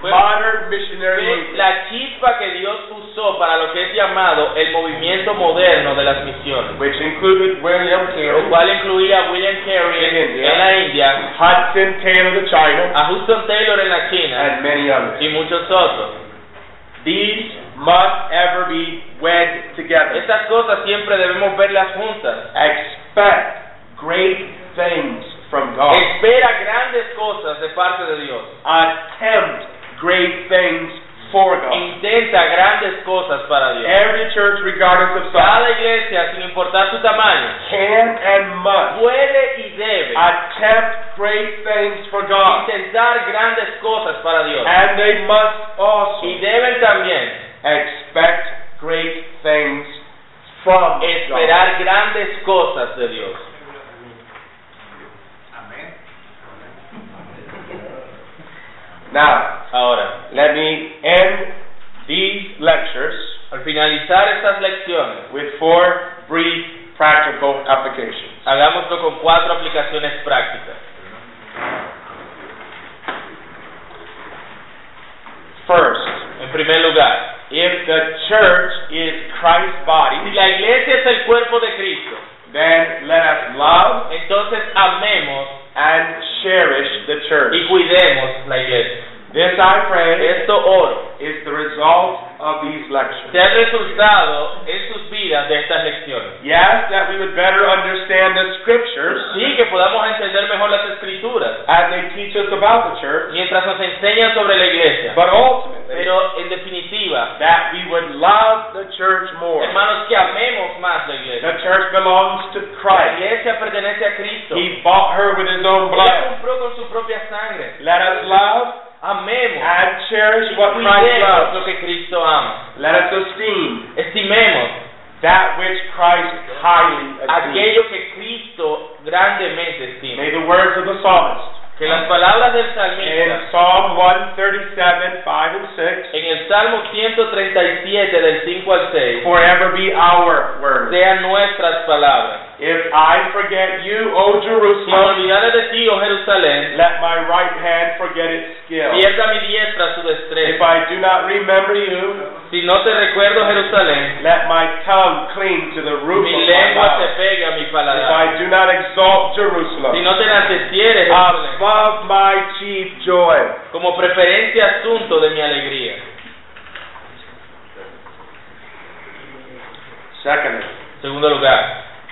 [SPEAKER 1] Well-
[SPEAKER 2] modern missionary
[SPEAKER 1] fue
[SPEAKER 2] movement.
[SPEAKER 1] la chispa que Dios usó para lo que es llamado el movimiento moderno de las misiones,
[SPEAKER 2] Which included William
[SPEAKER 1] lo
[SPEAKER 2] Carey,
[SPEAKER 1] cual incluía a William Carey
[SPEAKER 2] En India.
[SPEAKER 1] en la India,
[SPEAKER 2] Hudson Taylor of China,
[SPEAKER 1] a Hudson Taylor en la China
[SPEAKER 2] and many others.
[SPEAKER 1] y muchos otros.
[SPEAKER 2] These must ever be wed together.
[SPEAKER 1] Estas cosas siempre debemos verlas juntas.
[SPEAKER 2] Expect great things from God.
[SPEAKER 1] Espera grandes cosas de parte de Dios.
[SPEAKER 2] Attempt great things for God.
[SPEAKER 1] Intenta grandes cosas para Dios.
[SPEAKER 2] Every church, regardless of size,
[SPEAKER 1] Cada iglesia, sin importar su tamaño,
[SPEAKER 2] can and must
[SPEAKER 1] puede y debe
[SPEAKER 2] attempt great things for God,
[SPEAKER 1] intentar grandes cosas para Dios.
[SPEAKER 2] and they must also
[SPEAKER 1] Y deben también
[SPEAKER 2] expect great things from God.
[SPEAKER 1] esperar grandes cosas de Dios.
[SPEAKER 2] Now,
[SPEAKER 1] Ahora,
[SPEAKER 2] let me end these lectures
[SPEAKER 1] al finalizar estas lecciones,
[SPEAKER 2] with four brief practical applications.
[SPEAKER 1] hagámoslo con cuatro aplicaciones prácticas.
[SPEAKER 2] First,
[SPEAKER 1] En primer lugar,
[SPEAKER 2] if the church is Christ's
[SPEAKER 1] si
[SPEAKER 2] body,
[SPEAKER 1] la iglesia es el cuerpo de Cristo,
[SPEAKER 2] then let us love
[SPEAKER 1] entonces amemos
[SPEAKER 2] and cherish the church.
[SPEAKER 1] y cuidemos la iglesia.
[SPEAKER 2] This, I pray,
[SPEAKER 1] Esto oro.
[SPEAKER 2] is the result of these lectures.
[SPEAKER 1] sea el resultado en sus vidas de estas lecciones.
[SPEAKER 2] Yes, that we would better understand the scriptures
[SPEAKER 1] Sí, que podamos entender mejor las escrituras
[SPEAKER 2] as they teach us about the church,
[SPEAKER 1] mientras nos enseñan sobre la iglesia.
[SPEAKER 2] but ultimately
[SPEAKER 1] Pero en definitiva,
[SPEAKER 2] that we would love the church more.
[SPEAKER 1] hermanos, que amemos más la iglesia.
[SPEAKER 2] The church belongs to
[SPEAKER 1] La
[SPEAKER 2] Christ.
[SPEAKER 1] iglesia pertenece a Cristo.
[SPEAKER 2] He bought her with his own
[SPEAKER 1] La
[SPEAKER 2] blood.
[SPEAKER 1] compró con su propia sangre.
[SPEAKER 2] Let us love
[SPEAKER 1] Amemos
[SPEAKER 2] and
[SPEAKER 1] y
[SPEAKER 2] cherish what Christ
[SPEAKER 1] cuidemos
[SPEAKER 2] loves.
[SPEAKER 1] lo que Cristo ama.
[SPEAKER 2] Let us esteem
[SPEAKER 1] Estimemos
[SPEAKER 2] that which Christ highly esteems.
[SPEAKER 1] aquello que Cristo grandemente estima.
[SPEAKER 2] May the words of the psalmist
[SPEAKER 1] Que las palabras del
[SPEAKER 2] in
[SPEAKER 1] salmista
[SPEAKER 2] Psalm 137, 5 and 6
[SPEAKER 1] en el Salmo 137 del 5 al 6
[SPEAKER 2] forever be our words.
[SPEAKER 1] sean nuestras palabras.
[SPEAKER 2] If I forget you, O
[SPEAKER 1] Si me
[SPEAKER 2] Jerusalem,
[SPEAKER 1] olvidare de ti, oh Jerusalén,
[SPEAKER 2] let my right hand forget its skill.
[SPEAKER 1] pierda mi diestra su
[SPEAKER 2] If
[SPEAKER 1] destreza.
[SPEAKER 2] I do not remember you,
[SPEAKER 1] Si no te recuerdo, Jerusalén,
[SPEAKER 2] let my tongue cling to the roof
[SPEAKER 1] mi
[SPEAKER 2] of my
[SPEAKER 1] lengua
[SPEAKER 2] mouth.
[SPEAKER 1] se pega a mi
[SPEAKER 2] If
[SPEAKER 1] paladar.
[SPEAKER 2] I do not exalt
[SPEAKER 1] Si
[SPEAKER 2] Jerusalem
[SPEAKER 1] no te enaltecieres,
[SPEAKER 2] Ah,
[SPEAKER 1] Jerusalén,
[SPEAKER 2] above my chief joy,
[SPEAKER 1] como preferencia asunto de mi alegría.
[SPEAKER 2] secondly,
[SPEAKER 1] Segundo lugar,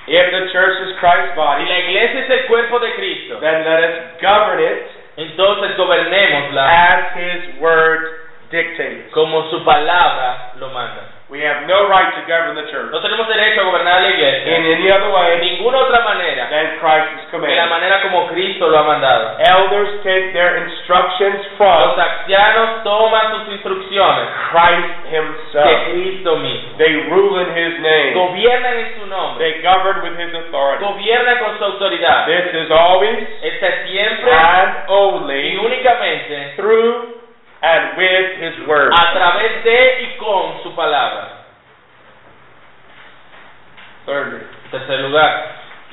[SPEAKER 2] if the church is Christ's
[SPEAKER 1] si
[SPEAKER 2] body,
[SPEAKER 1] la iglesia es el cuerpo de Cristo,
[SPEAKER 2] then let us govern it
[SPEAKER 1] entonces gobernémosla
[SPEAKER 2] as His word dictates.
[SPEAKER 1] como su palabra lo manda.
[SPEAKER 2] We have no right to govern the church
[SPEAKER 1] No tenemos derecho a gobernar la
[SPEAKER 2] in
[SPEAKER 1] iglesia
[SPEAKER 2] any
[SPEAKER 1] de
[SPEAKER 2] other way
[SPEAKER 1] ninguna otra manera
[SPEAKER 2] than Christ's
[SPEAKER 1] que la
[SPEAKER 2] command.
[SPEAKER 1] manera como Cristo lo ha mandado.
[SPEAKER 2] Elders take their instructions from
[SPEAKER 1] Los ancianos toman sus instrucciones
[SPEAKER 2] Christ
[SPEAKER 1] de
[SPEAKER 2] Himself.
[SPEAKER 1] Cristo mismo.
[SPEAKER 2] They rule in His name.
[SPEAKER 1] Gobiernan en su nombre.
[SPEAKER 2] They govern with His authority.
[SPEAKER 1] Gobiernan con su autoridad.
[SPEAKER 2] This is always
[SPEAKER 1] Está siempre
[SPEAKER 2] and
[SPEAKER 1] y
[SPEAKER 2] only
[SPEAKER 1] únicamente
[SPEAKER 2] through and with His Word.
[SPEAKER 1] a través de y con su palabra.
[SPEAKER 2] Thirdly,
[SPEAKER 1] En tercer lugar,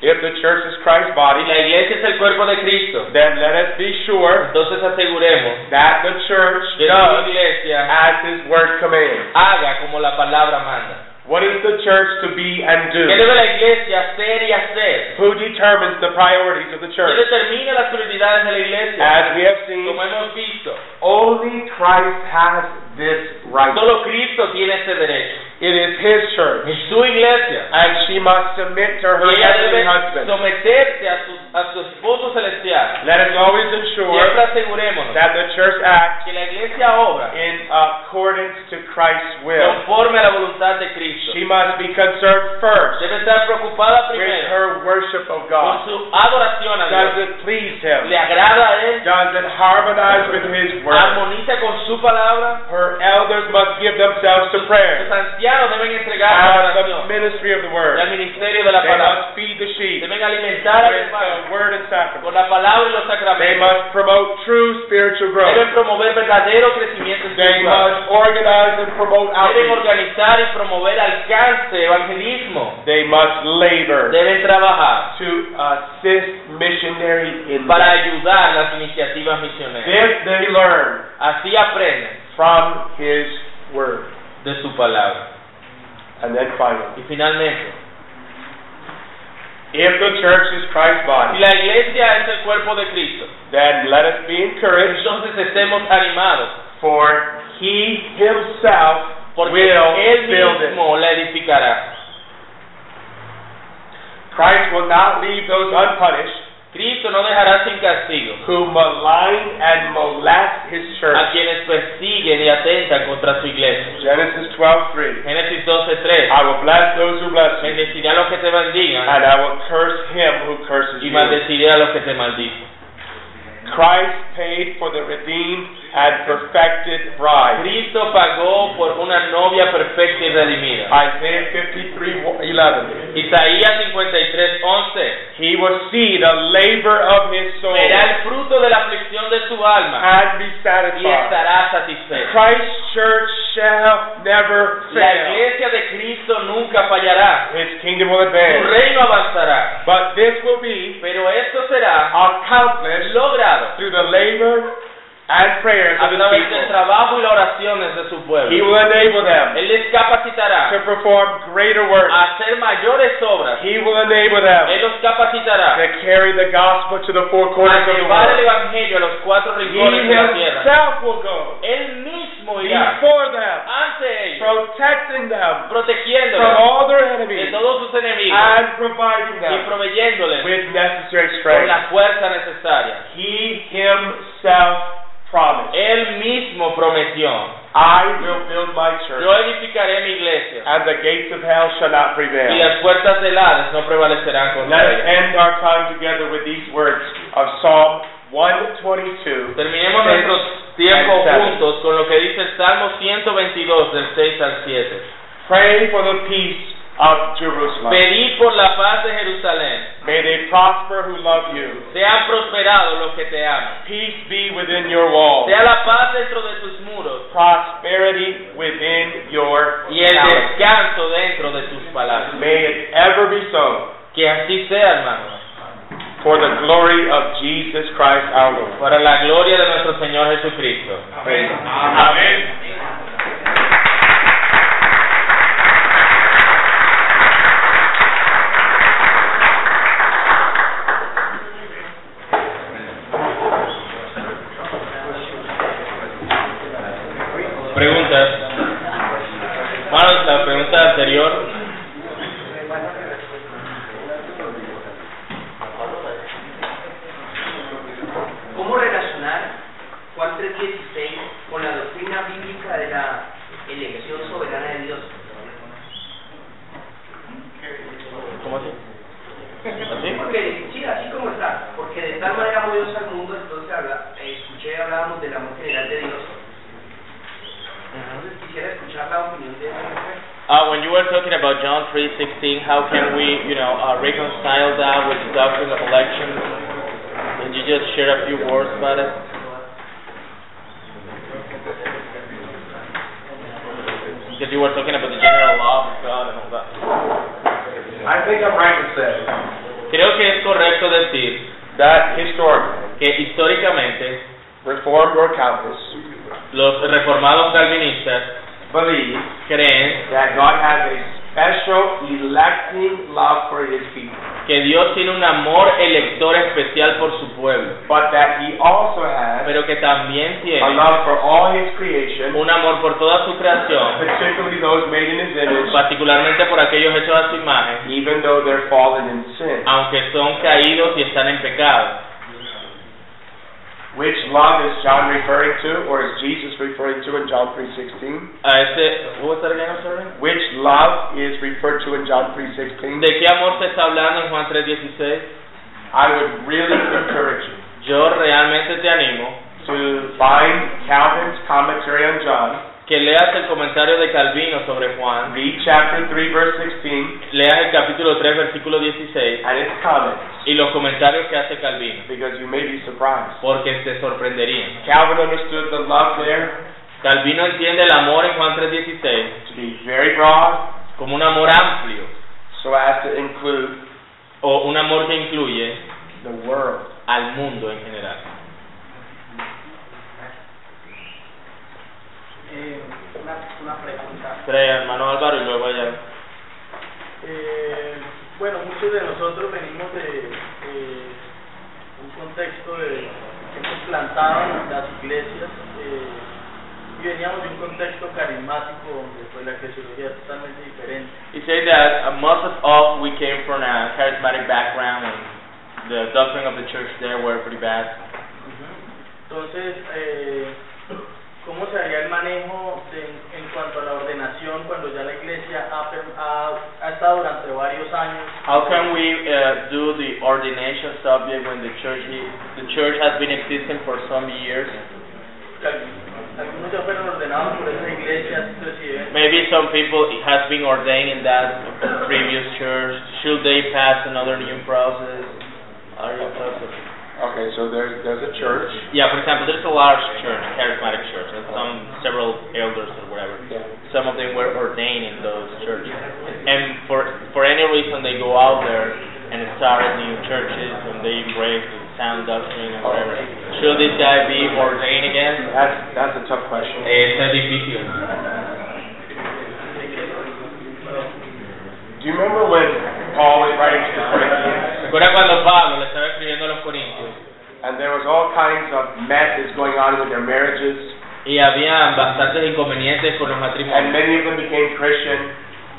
[SPEAKER 2] If the church is Christ's body,
[SPEAKER 1] Si la iglesia es el cuerpo de Cristo,
[SPEAKER 2] then let us be sure
[SPEAKER 1] entonces aseguremos
[SPEAKER 2] that the church
[SPEAKER 1] que la
[SPEAKER 2] does
[SPEAKER 1] iglesia
[SPEAKER 2] as His word commands.
[SPEAKER 1] haga como la palabra manda.
[SPEAKER 2] What is the church to be and do?
[SPEAKER 1] ¿Qué debe la iglesia hacer y hacer?
[SPEAKER 2] Who determines the priorities of the
[SPEAKER 1] ¿Qué
[SPEAKER 2] church?
[SPEAKER 1] determina las prioridades de la iglesia?
[SPEAKER 2] As we have seen,
[SPEAKER 1] Como hemos visto,
[SPEAKER 2] only Christ has this right.
[SPEAKER 1] solo Cristo tiene ese derecho.
[SPEAKER 2] It is His church,
[SPEAKER 1] Es su iglesia.
[SPEAKER 2] and she must submit to her
[SPEAKER 1] Y ella
[SPEAKER 2] heavenly
[SPEAKER 1] debe
[SPEAKER 2] husband.
[SPEAKER 1] someterse a su, a su esposo celestial.
[SPEAKER 2] Let us always ensure
[SPEAKER 1] Siempre asegurémonos
[SPEAKER 2] that the church acts
[SPEAKER 1] que la iglesia obra
[SPEAKER 2] in accordance to Christ's will.
[SPEAKER 1] conforme a la voluntad de Cristo.
[SPEAKER 2] She must be concerned first
[SPEAKER 1] Debe estar preocupada
[SPEAKER 2] with
[SPEAKER 1] primero
[SPEAKER 2] her worship of
[SPEAKER 1] con
[SPEAKER 2] God.
[SPEAKER 1] su adoración a
[SPEAKER 2] Does
[SPEAKER 1] Dios.
[SPEAKER 2] it please Him?
[SPEAKER 1] Le agrada a Él,
[SPEAKER 2] Does it harmonize with His word?
[SPEAKER 1] armoniza con su palabra.
[SPEAKER 2] Her elders must give themselves to prayer
[SPEAKER 1] Los ancianos deben entregar la
[SPEAKER 2] and the
[SPEAKER 1] oración
[SPEAKER 2] ministry of the
[SPEAKER 1] y al
[SPEAKER 2] word.
[SPEAKER 1] ministerio de la
[SPEAKER 2] They
[SPEAKER 1] palabra.
[SPEAKER 2] must feed the sheep with
[SPEAKER 1] Deben alimentar al hermano
[SPEAKER 2] the word and
[SPEAKER 1] con
[SPEAKER 2] sacrament.
[SPEAKER 1] la palabra y los
[SPEAKER 2] They
[SPEAKER 1] sacramentos.
[SPEAKER 2] must promote true spiritual growth.
[SPEAKER 1] Deben promover verdadero crecimiento
[SPEAKER 2] They
[SPEAKER 1] espiritual.
[SPEAKER 2] must organize and promote
[SPEAKER 1] Deben
[SPEAKER 2] outreach.
[SPEAKER 1] organizar y promover alcance, evangelismo.
[SPEAKER 2] They must labor
[SPEAKER 1] Deben trabajar
[SPEAKER 2] to assist missionary in
[SPEAKER 1] para
[SPEAKER 2] this.
[SPEAKER 1] ayudar las iniciativas misioneras.
[SPEAKER 2] This they learn
[SPEAKER 1] Así aprenden
[SPEAKER 2] from His Word.
[SPEAKER 1] de su palabra.
[SPEAKER 2] And then finally,
[SPEAKER 1] Y finalmente,
[SPEAKER 2] if the church is Christ's
[SPEAKER 1] si
[SPEAKER 2] body,
[SPEAKER 1] la iglesia es el cuerpo de Cristo,
[SPEAKER 2] then let us be encouraged,
[SPEAKER 1] entonces estemos animados,
[SPEAKER 2] for He Himself
[SPEAKER 1] porque
[SPEAKER 2] will
[SPEAKER 1] Él
[SPEAKER 2] build it.
[SPEAKER 1] mismo la edificará.
[SPEAKER 2] Christ will not leave those unpunished
[SPEAKER 1] Cristo no dejará sin castigo
[SPEAKER 2] who malign and molest His
[SPEAKER 1] a
[SPEAKER 2] church.
[SPEAKER 1] quienes persiguen y atentan contra su iglesia.
[SPEAKER 2] Genesis 12:3.
[SPEAKER 1] Génesis 12:3.
[SPEAKER 2] I will bless those who bless me,
[SPEAKER 1] Bendeciré a los que te bendigan
[SPEAKER 2] and I will curse him who curses
[SPEAKER 1] y
[SPEAKER 2] you.
[SPEAKER 1] maldeciré a los que te maldicen.
[SPEAKER 2] Christ paid for the redeemed and perfected bride.
[SPEAKER 1] Cristo pagó por una novia perfecta y redimida.
[SPEAKER 2] Isaiah 53 11.
[SPEAKER 1] Isaías 53, 11.
[SPEAKER 2] He will see the labor of his soul
[SPEAKER 1] Verá el fruto de la aflicción de su alma
[SPEAKER 2] and be
[SPEAKER 1] y
[SPEAKER 2] satisfied.
[SPEAKER 1] estará satisfecho.
[SPEAKER 2] Christ's church shall never
[SPEAKER 1] La
[SPEAKER 2] fail.
[SPEAKER 1] iglesia de Cristo nunca fallará.
[SPEAKER 2] His kingdom will
[SPEAKER 1] Su
[SPEAKER 2] advance.
[SPEAKER 1] reino avanzará.
[SPEAKER 2] But this will be
[SPEAKER 1] Pero esto será
[SPEAKER 2] accomplished
[SPEAKER 1] logrado
[SPEAKER 2] through the labor and prayers
[SPEAKER 1] a
[SPEAKER 2] of his
[SPEAKER 1] través del
[SPEAKER 2] people.
[SPEAKER 1] trabajo y las oraciones de su
[SPEAKER 2] He
[SPEAKER 1] pueblo.
[SPEAKER 2] will enable them
[SPEAKER 1] Él les
[SPEAKER 2] to
[SPEAKER 1] capacitará
[SPEAKER 2] perform greater works.
[SPEAKER 1] a hacer mayores obras.
[SPEAKER 2] He will enable them
[SPEAKER 1] Él los capacitará
[SPEAKER 2] to carry the gospel to the four
[SPEAKER 1] a
[SPEAKER 2] corners of the
[SPEAKER 1] llevar el
[SPEAKER 2] world.
[SPEAKER 1] evangelio a los cuatro
[SPEAKER 2] He
[SPEAKER 1] rincones de la tierra.
[SPEAKER 2] himself will go
[SPEAKER 1] Él mismo irá
[SPEAKER 2] before them,
[SPEAKER 1] ante ellos,
[SPEAKER 2] protecting them from
[SPEAKER 1] protegiéndolos
[SPEAKER 2] all their
[SPEAKER 1] de
[SPEAKER 2] enemies
[SPEAKER 1] todos sus enemigos
[SPEAKER 2] and providing
[SPEAKER 1] y
[SPEAKER 2] them
[SPEAKER 1] proveyéndoles
[SPEAKER 2] with necessary
[SPEAKER 1] con
[SPEAKER 2] strength.
[SPEAKER 1] la fuerza necesaria.
[SPEAKER 2] He himself promised,
[SPEAKER 1] Él mismo prometió,
[SPEAKER 2] I will build my church,
[SPEAKER 1] yo edificaré mi iglesia
[SPEAKER 2] and the gates of hell shall not
[SPEAKER 1] y
[SPEAKER 2] prevail.
[SPEAKER 1] las puertas del Hades no prevalecerán
[SPEAKER 2] Let us
[SPEAKER 1] contra ella.
[SPEAKER 2] end our time together with these words of Psalm 122.
[SPEAKER 1] Terminemos nuestros tiempos juntos con lo que dice el Salmo 122 del 6 al 7.
[SPEAKER 2] Pray for the peace of Jerusalem.
[SPEAKER 1] Pedid por la paz de Jerusalén.
[SPEAKER 2] May they prosper who love you.
[SPEAKER 1] Sean prosperados los que te aman.
[SPEAKER 2] Peace be within your walls.
[SPEAKER 1] Sea la paz dentro de tus muros
[SPEAKER 2] Prosperity within your
[SPEAKER 1] y el
[SPEAKER 2] palace.
[SPEAKER 1] descanso dentro de tus palacios.
[SPEAKER 2] May it ever be so
[SPEAKER 1] Que así sea, hermanos,
[SPEAKER 2] for the glory of Jesus Christ our Lord.
[SPEAKER 1] para la gloria de nuestro Señor Jesucristo.
[SPEAKER 2] Praise God.
[SPEAKER 1] Preguntas. Hermanos, la pregunta anterior.
[SPEAKER 3] ¿Cómo relacionar Juan 3.16 con la doctrina bíblica de la elección soberana de Dios?
[SPEAKER 1] ¿Cómo así? ¿Así?
[SPEAKER 3] Porque, sí, así como está, porque de tal manera amó Dios al mundo, entonces habla, eh, escuché, hablábamos del amor general de Dios. Entonces quisiera escuchar la opinión de esa mujer.
[SPEAKER 4] Uh, when you were talking about John 3:16, how can we, you know, uh, reconcile that with the doctrine of election? Can you just share a few words about it? Because you were talking about the general law of God and all that.
[SPEAKER 2] I think I'm right to say
[SPEAKER 1] Creo que es correcto decir
[SPEAKER 2] that historically,
[SPEAKER 1] que históricamente
[SPEAKER 2] Reformed or Calvinists
[SPEAKER 1] los reformados calvinistas
[SPEAKER 2] believe
[SPEAKER 1] creen
[SPEAKER 2] that God has a special electing love for his people,
[SPEAKER 1] que Dios tiene un amor elector especial por su pueblo,
[SPEAKER 2] but that he also has
[SPEAKER 1] pero que también
[SPEAKER 2] a
[SPEAKER 1] tiene
[SPEAKER 2] love for all his creation,
[SPEAKER 1] un amor por toda su creación,
[SPEAKER 2] particularly those made in his image,
[SPEAKER 1] particularmente por aquellos hechos a su imagen,
[SPEAKER 2] even though they're fallen in sin,
[SPEAKER 1] aunque son caídos y están en pecado.
[SPEAKER 2] which love is John referring to, or is Jesus referring to in John 3.16?
[SPEAKER 1] A ese, what was that again, I'm sorry?
[SPEAKER 2] Which love is referred to in John 3.16?
[SPEAKER 1] ¿De qué amor se está hablando en Juan 3:16?
[SPEAKER 2] I would really encourage you
[SPEAKER 1] Yo realmente te animo
[SPEAKER 2] to find Calvin's commentary on John,
[SPEAKER 1] que leas el comentario de Calvino sobre Juan,
[SPEAKER 2] read chapter 3, verse 16,
[SPEAKER 1] leas el capítulo 3, versículo 16
[SPEAKER 2] and its comments,
[SPEAKER 1] y los comentarios que hace Calvino,
[SPEAKER 2] because you may be surprised.
[SPEAKER 1] porque te sorprenderían.
[SPEAKER 2] Calvin understood the love there
[SPEAKER 1] Calvino entiende el amor en Juan 3:16
[SPEAKER 2] to be very broad,
[SPEAKER 1] como un amor amplio
[SPEAKER 2] so as to include
[SPEAKER 1] o un amor que incluye
[SPEAKER 2] the world.
[SPEAKER 1] al mundo en general.
[SPEAKER 5] Eh, una, una pregunta.
[SPEAKER 1] Tres, hermano Álvaro, y luego ya.
[SPEAKER 5] Eh, bueno, muchos de nosotros venimos de eh, un contexto de que hemos plantado las iglesias eh, y veníamos de un contexto carismático donde pues, la eclesiología es totalmente diferente.
[SPEAKER 1] He said that uh, most of all we came from a charismatic background and the doctrine of the church there were pretty bad.
[SPEAKER 5] Entonces, eh, ¿cómo se haría el manejo de- en cuanto a la ordenación cuando ya la iglesia ha, per- ha- ha estado durante varios años
[SPEAKER 1] How can we uh, do the ordination subject when the church i- the church has been existing for some years?
[SPEAKER 5] que al- algunos ya fueron ordenados por esas iglesias, entonces si deben
[SPEAKER 1] Maybe some people it has been ordained in that previous church. Should they pass another new process? Are you process?
[SPEAKER 2] Okay, so there's, there's a church.
[SPEAKER 1] Yeah, for example, there's a large church, charismatic church, and some several elders or whatever. Some of them were ordained in those churches, and for for any reason they go out there and start new churches and they embrace the sound doctrine and whatever. Should this guy be ordained again?
[SPEAKER 2] That's, that's a tough question.
[SPEAKER 6] Eso es difícil.
[SPEAKER 2] Do you remember when Paul was writing to the Corinthians?
[SPEAKER 6] Recuerda cuando Pablo le estaba escribiendo a los corintios
[SPEAKER 2] And there was all kinds of messes going on with their marriages,
[SPEAKER 6] y había bastantes inconvenientes con los
[SPEAKER 2] and
[SPEAKER 6] matrimonios
[SPEAKER 2] many of them became Christian,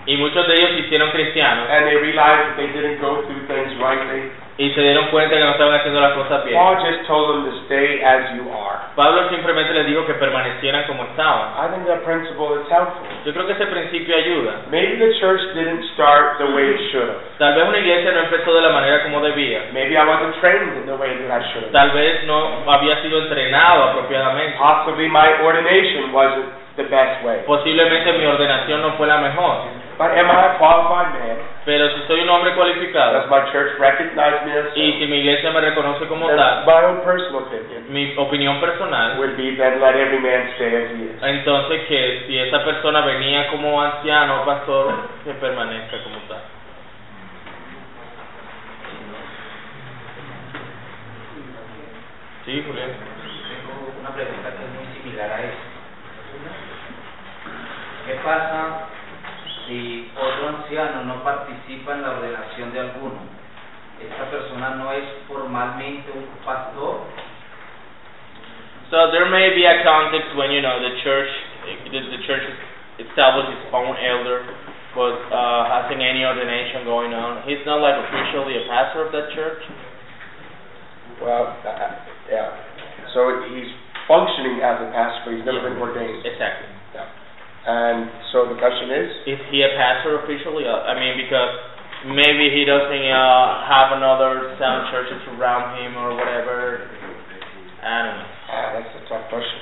[SPEAKER 6] y muchos de ellos se hicieron cristianos
[SPEAKER 2] and they realized that they didn't go through things rightly.
[SPEAKER 6] y se dieron cuenta que no estaban haciendo las cosas bien.
[SPEAKER 2] Paul just told them to stay as you are.
[SPEAKER 6] Pablo simplemente les dijo que permanecieran como estaban.
[SPEAKER 2] I think that principle is helpful.
[SPEAKER 6] Yo creo que ese principio ayuda.
[SPEAKER 2] Maybe the church didn't start the way it should have.
[SPEAKER 6] Tal vez una iglesia no empezó de la manera como debía.
[SPEAKER 2] Maybe I wasn't trained in the way that I should have.
[SPEAKER 6] Tal vez no había sido entrenado apropiadamente.
[SPEAKER 2] Possibly my ordination wasn't the best way.
[SPEAKER 6] Posiblemente mi ordenación no fue la mejor.
[SPEAKER 2] But am I a qualified man?
[SPEAKER 6] Pero si soy un hombre
[SPEAKER 2] Does
[SPEAKER 6] cualificado
[SPEAKER 2] my church recognize me as
[SPEAKER 6] y
[SPEAKER 2] such?
[SPEAKER 6] si mi iglesia me reconoce como tal,
[SPEAKER 2] That's my own personal opinion.
[SPEAKER 6] mi opinión personal
[SPEAKER 2] would be then let every man stay as he is.
[SPEAKER 6] Entonces que si esa persona venía como anciano o pastor, que permanezca como tal. Sí, Julián.
[SPEAKER 3] Tengo una pregunta que es muy similar a eso. ¿Qué pasa si otro anciano no participa en la ordenación de alguno? ¿Esta persona no es formalmente un pastor?
[SPEAKER 1] So there may be a context when you know the church, the, the church established its own elder, but uh, hasn't any ordination going on. He's not like officially a pastor of that church.
[SPEAKER 2] Well, I- I- yeah. So he's functioning as a pastor, but he's never been ordained.
[SPEAKER 1] Exactly.
[SPEAKER 2] And so the question is,
[SPEAKER 1] Is he a pastor officially? Uh, I mean, because maybe he doesn't uh, have another sound churches around him or whatever. I don't know.
[SPEAKER 2] ah, that's a tough question.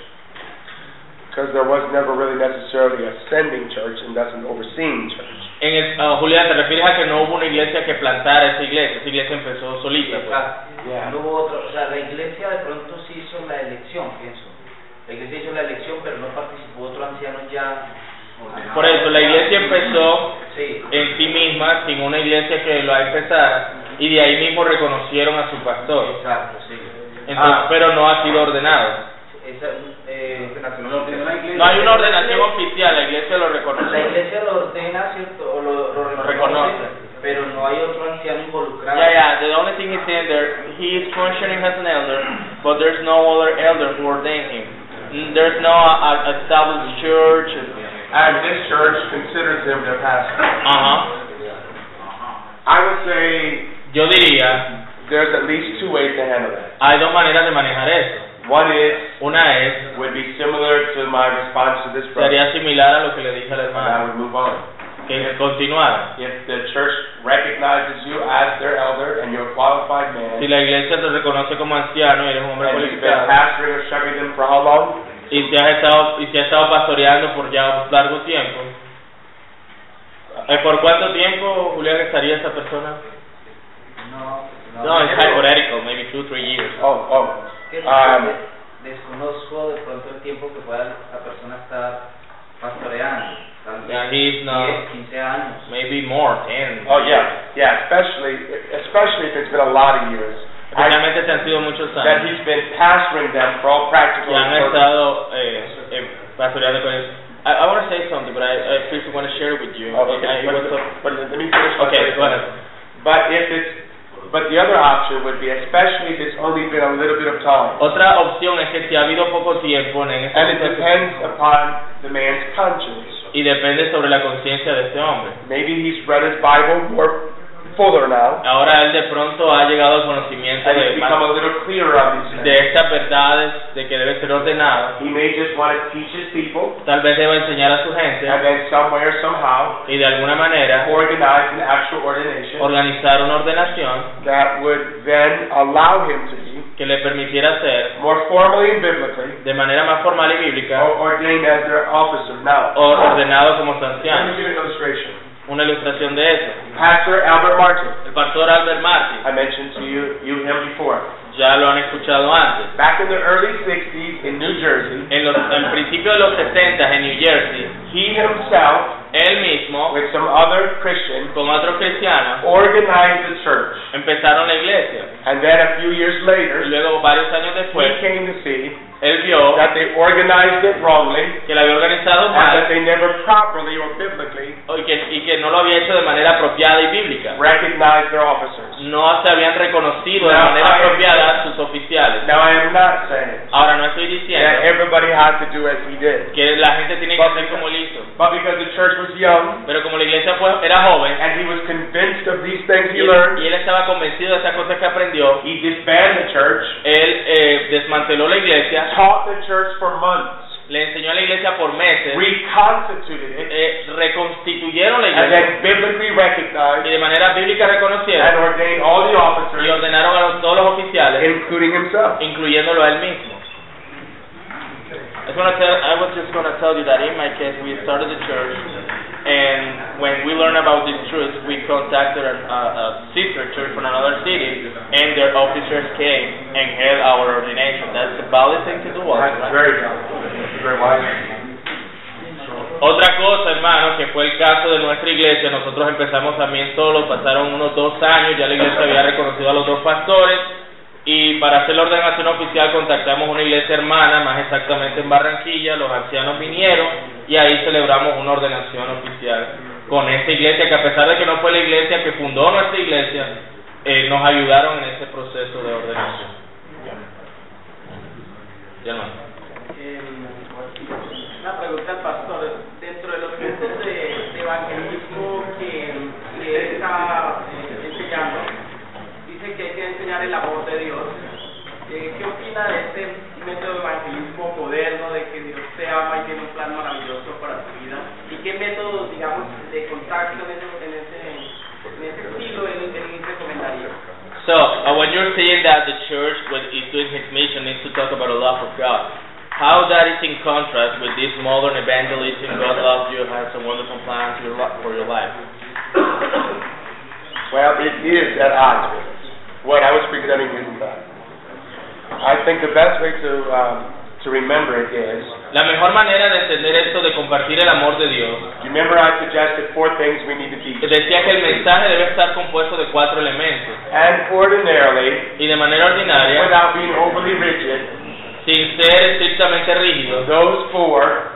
[SPEAKER 2] Because there was never really necessarily a sending church, and that's an overseeing church.
[SPEAKER 6] En el,
[SPEAKER 1] uh,
[SPEAKER 6] ah, Julián, ¿te refieres a que no hubo una iglesia que plantara esa iglesia? Esa iglesia empezó solita. pues.
[SPEAKER 2] Yeah.
[SPEAKER 3] No hubo otro. O sea, la iglesia de pronto sí hizo la elección, pienso. La iglesia hizo la elección, pero no participó otro anciano ya. ordenado.
[SPEAKER 6] Por eso, la iglesia empezó
[SPEAKER 3] Sí.
[SPEAKER 6] en sí misma, sin una iglesia que lo empezara,
[SPEAKER 1] y de ahí mismo reconocieron a su pastor.
[SPEAKER 3] Exacto, sí.
[SPEAKER 1] Entonces,
[SPEAKER 3] Ah.
[SPEAKER 1] pero no ha sido ordenado.
[SPEAKER 3] Esa, eh, lo ordenó la iglesia.
[SPEAKER 4] No hay una ordenación oficial, la iglesia lo
[SPEAKER 3] La
[SPEAKER 4] reconoce.
[SPEAKER 3] iglesia lo ordena, ¿cierto? O lo, lo reconoce,
[SPEAKER 4] Reconoce.
[SPEAKER 3] Pero no hay otro anciano involucrado.
[SPEAKER 4] Yeah, yeah, the only thing is in there, he is functioning as an elder, but there's no other elder who ordained him. Mm, There's no uh, established church.
[SPEAKER 2] And this church considers him their pastor.
[SPEAKER 4] Uh-huh.
[SPEAKER 2] I would say
[SPEAKER 1] Yo diría,
[SPEAKER 2] there's at least two ways to handle that.
[SPEAKER 1] hay dos maneras de manejar eso.
[SPEAKER 2] One is,
[SPEAKER 1] Una es,
[SPEAKER 2] would be similar to my response to this brother,
[SPEAKER 1] sería similar a lo que le dije al
[SPEAKER 2] and I
[SPEAKER 1] hermano,
[SPEAKER 2] would move on.
[SPEAKER 1] que continuara.
[SPEAKER 2] If the church recognizes you as their elder and you're a qualified man,
[SPEAKER 1] Si la iglesia te reconoce como anciano y eres un hombre
[SPEAKER 2] and you've been
[SPEAKER 1] cualificado,
[SPEAKER 2] pastoring or shepherding them for how long?
[SPEAKER 1] y si has estado, y si has estado pastoreando por ya un largo tiempo, ¿eh, ¿por cuánto tiempo, Julián, estaría esa persona?
[SPEAKER 3] No, no.
[SPEAKER 1] No, es hypothetical, maybe two, three years.
[SPEAKER 2] Oh, oh.
[SPEAKER 3] Que
[SPEAKER 2] Um,
[SPEAKER 3] des- desconozco de pronto el tiempo que pueda la persona estar pastoreando. Tal vez
[SPEAKER 1] Yeah, he's not,
[SPEAKER 3] 10, 15 años.
[SPEAKER 1] maybe more, ten.
[SPEAKER 2] Oh, yeah, yeah, especially, especially if it's been a lot of years. I-
[SPEAKER 1] Realmente se han sido muchos
[SPEAKER 2] that
[SPEAKER 1] años
[SPEAKER 2] he's been pastoring them for all practical
[SPEAKER 1] que han
[SPEAKER 2] purposes.
[SPEAKER 1] estado eh, eh, pastoreando con ellos. I, I want to say something, but I, I first want to share it with you.
[SPEAKER 2] Oh,
[SPEAKER 1] I-
[SPEAKER 2] okay,
[SPEAKER 1] I
[SPEAKER 2] but,
[SPEAKER 1] was so-
[SPEAKER 2] but let me finish. what
[SPEAKER 1] Okay,
[SPEAKER 2] I
[SPEAKER 1] go ahead.
[SPEAKER 2] But if it's, but the other option would be, especially if it's only been a little bit of time,
[SPEAKER 1] Otra opción es que si ha habido poco tiempo en ese
[SPEAKER 2] and it
[SPEAKER 1] proceso,
[SPEAKER 2] depends upon the man's conscience.
[SPEAKER 1] y depende sobre la conciencia de este hombre.
[SPEAKER 2] Maybe he's read his Bible more fuller now,
[SPEAKER 1] Ahora él de pronto ha llegado al conocimiento
[SPEAKER 2] and
[SPEAKER 1] de,
[SPEAKER 2] it's become a little clearer on
[SPEAKER 1] de
[SPEAKER 2] these things.
[SPEAKER 1] estas verdades, de que debe ser ordenado.
[SPEAKER 2] He may just want to teach his people,
[SPEAKER 1] Tal vez deba enseñar a su
[SPEAKER 2] and
[SPEAKER 1] gente
[SPEAKER 2] then somewhere, somehow,
[SPEAKER 1] y de alguna manera
[SPEAKER 2] organize an actual ordination
[SPEAKER 1] organizar una ordenación
[SPEAKER 2] that would then allow him to be
[SPEAKER 1] que le permitiera ser
[SPEAKER 2] more formally and biblically
[SPEAKER 1] de manera más formal y bíblica
[SPEAKER 2] or ordained as their officer. Now,
[SPEAKER 1] o ordenado como su
[SPEAKER 2] let me
[SPEAKER 1] anciano.
[SPEAKER 2] give you an illustration.
[SPEAKER 1] Una ilustración de eso.
[SPEAKER 2] Pastor Albert Martin.
[SPEAKER 1] El pastor Albert Martin,
[SPEAKER 2] I mentioned to you, you him before.
[SPEAKER 1] ya lo han escuchado antes.
[SPEAKER 2] Back in the early 60s in New Jersey,
[SPEAKER 1] En los en principio de los 70 en New Jersey,
[SPEAKER 2] he himself,
[SPEAKER 1] él mismo
[SPEAKER 2] with some other Christians,
[SPEAKER 1] con otros cristianos
[SPEAKER 2] organized the church.
[SPEAKER 1] empezaron la iglesia.
[SPEAKER 2] And then a few years
[SPEAKER 1] Y
[SPEAKER 2] later,
[SPEAKER 1] luego varios años
[SPEAKER 2] he
[SPEAKER 1] después,
[SPEAKER 2] came to see
[SPEAKER 1] él vio
[SPEAKER 2] that they organized it wrongly
[SPEAKER 1] que la había organizado
[SPEAKER 2] and that
[SPEAKER 1] mal
[SPEAKER 2] they never properly or biblically
[SPEAKER 1] y que, y que no lo había hecho de manera apropiada y bíblica.
[SPEAKER 2] recognized their officers.
[SPEAKER 1] No se habían reconocido de
[SPEAKER 2] No,
[SPEAKER 1] manera
[SPEAKER 2] I-
[SPEAKER 1] apropiada sus oficiales.
[SPEAKER 2] Now, I am not saying
[SPEAKER 1] Ahora no estoy
[SPEAKER 2] that
[SPEAKER 1] diciendo
[SPEAKER 2] everybody has to do as he did,
[SPEAKER 1] que la gente tiene que ser como él hizo,
[SPEAKER 2] but because the church was young
[SPEAKER 1] pero como la iglesia fue- era joven
[SPEAKER 2] and he was convinced of these things
[SPEAKER 1] y,
[SPEAKER 2] he learned,
[SPEAKER 1] y él estaba convencido de esas cosas que aprendió,
[SPEAKER 2] he disbanded the church,
[SPEAKER 1] él eh, desmanteló la iglesia,
[SPEAKER 2] taught the church for months.
[SPEAKER 1] le enseñó a la iglesia por meses.
[SPEAKER 2] reconstituted it,
[SPEAKER 1] eh, reconstituyeron la
[SPEAKER 2] and then
[SPEAKER 1] iglesia
[SPEAKER 2] biblically
[SPEAKER 1] y
[SPEAKER 2] recognized
[SPEAKER 1] de manera bíblica
[SPEAKER 2] and
[SPEAKER 1] reconocieron
[SPEAKER 2] ordained all the
[SPEAKER 1] y
[SPEAKER 2] officers,
[SPEAKER 1] ordenaron a los- todos los oficiales,
[SPEAKER 2] including himself.
[SPEAKER 1] incluyéndolo a él mismo. I, just wanna tell, I was just going to tell you that in my case, we started the church, and when we learned about this truth, we contacted a, a, a sister church from another city, and their officers came and held our ordination. That's the valid thing to do. also,
[SPEAKER 2] That's
[SPEAKER 1] right?
[SPEAKER 2] very good. Very wise.
[SPEAKER 1] Otra cosa, hermano, que fue el caso de nuestra iglesia, nosotros empezamos también solos, pasaron unos dos años, ya la iglesia había reconocido a los dos pastores y para hacer la ordenación oficial contactamos una iglesia hermana, más exactamente en Barranquilla, los ancianos vinieron y ahí celebramos una ordenación oficial con esa iglesia, que a pesar de que no fue la iglesia que fundó nuestra iglesia, eh, nos ayudaron en ese proceso de ordenación. Ya, hermano.
[SPEAKER 5] Eh, una pregunta al pastor. Dentro de los puntos de, de evangelismo que, que él está eh, enseñando, dice que hay que enseñar el amor de Dios. Eh, ¿Qué opina de este método de evangelismo moderno, de que Dios te ama y tiene un plan maravilloso para tu vida? ¿Y qué método, digamos, de contacto en ese, en ese, en ese estilo él, él recomendaría?
[SPEAKER 4] So, uh, when you're saying that the church, when it's doing his mission, needs to talk about the love of God, how that is in contrast with this modern evangelism, God loves you, has a wonderful plan for your, li- for your life.
[SPEAKER 2] Well, it is at odds with us. What I was uh, presenting is that. I think the best way to, um, to remember it is
[SPEAKER 1] La mejor manera de entender esto, de compartir el amor de Dios,
[SPEAKER 2] Remember, I suggested four things we need to teach.
[SPEAKER 1] decía que el mensaje debe estar compuesto de cuatro elementos.
[SPEAKER 2] And ordinarily,
[SPEAKER 1] Y de manera ordinaria,
[SPEAKER 2] without being overly rigid,
[SPEAKER 1] sin ser estrictamente rígidos,
[SPEAKER 2] those four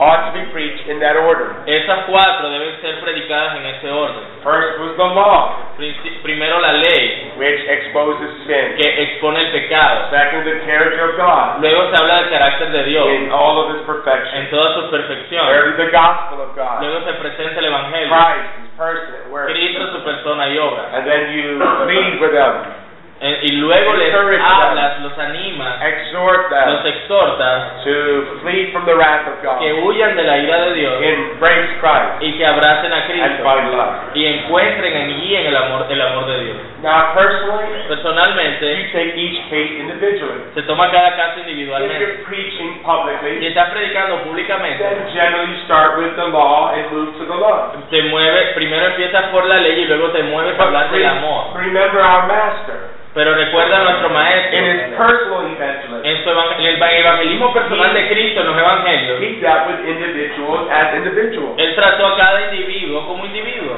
[SPEAKER 2] ought to be preached in that order.
[SPEAKER 1] esas cuatro deben ser predicadas en ese orden.
[SPEAKER 2] First was the law,
[SPEAKER 1] Princi- Primero la ley,
[SPEAKER 2] which exposes sin.
[SPEAKER 1] que expone el pecado.
[SPEAKER 2] Second, the character of God
[SPEAKER 1] Luego se habla del carácter de Dios
[SPEAKER 2] in all of his perfection.
[SPEAKER 1] en toda su perfección.
[SPEAKER 2] Third, the gospel of God.
[SPEAKER 1] Luego se presenta el Evangelio,
[SPEAKER 2] Christ, his person, work.
[SPEAKER 1] Cristo, su persona y obra.
[SPEAKER 2] And then you plead with them,
[SPEAKER 1] Eh, Y luego les
[SPEAKER 2] Encourage them.
[SPEAKER 1] hablas, los animas,
[SPEAKER 2] exhort
[SPEAKER 1] los
[SPEAKER 2] them
[SPEAKER 1] exhortas
[SPEAKER 2] to flee from the wrath of God,
[SPEAKER 1] que huyan de la ira de Dios
[SPEAKER 2] embrace Christ,
[SPEAKER 1] y que abracen a
[SPEAKER 2] and
[SPEAKER 1] Cristo
[SPEAKER 2] find love.
[SPEAKER 1] y encuentren allí en el amor el amor de Dios.
[SPEAKER 2] Now, personally, you
[SPEAKER 1] Personalmente
[SPEAKER 2] take each case individually.
[SPEAKER 1] se toma cada caso
[SPEAKER 2] If
[SPEAKER 1] individualmente.
[SPEAKER 2] you're preaching
[SPEAKER 1] Si
[SPEAKER 2] publicly,
[SPEAKER 1] estás predicando
[SPEAKER 2] then
[SPEAKER 1] públicamente,
[SPEAKER 2] generally start with the law and move to the love.
[SPEAKER 1] te mueves, primero empiezas por la ley y luego te mueves a hablar del amor.
[SPEAKER 2] remember our master
[SPEAKER 1] Pero recuerda a nuestro
[SPEAKER 2] in his
[SPEAKER 1] maestro,
[SPEAKER 2] personal evangelism.
[SPEAKER 1] en su evangel- el eva- evangelismo personal de Cristo en los evangelios,
[SPEAKER 2] He dealt with individuals as individuals.
[SPEAKER 1] él trató a cada individuo como individuo.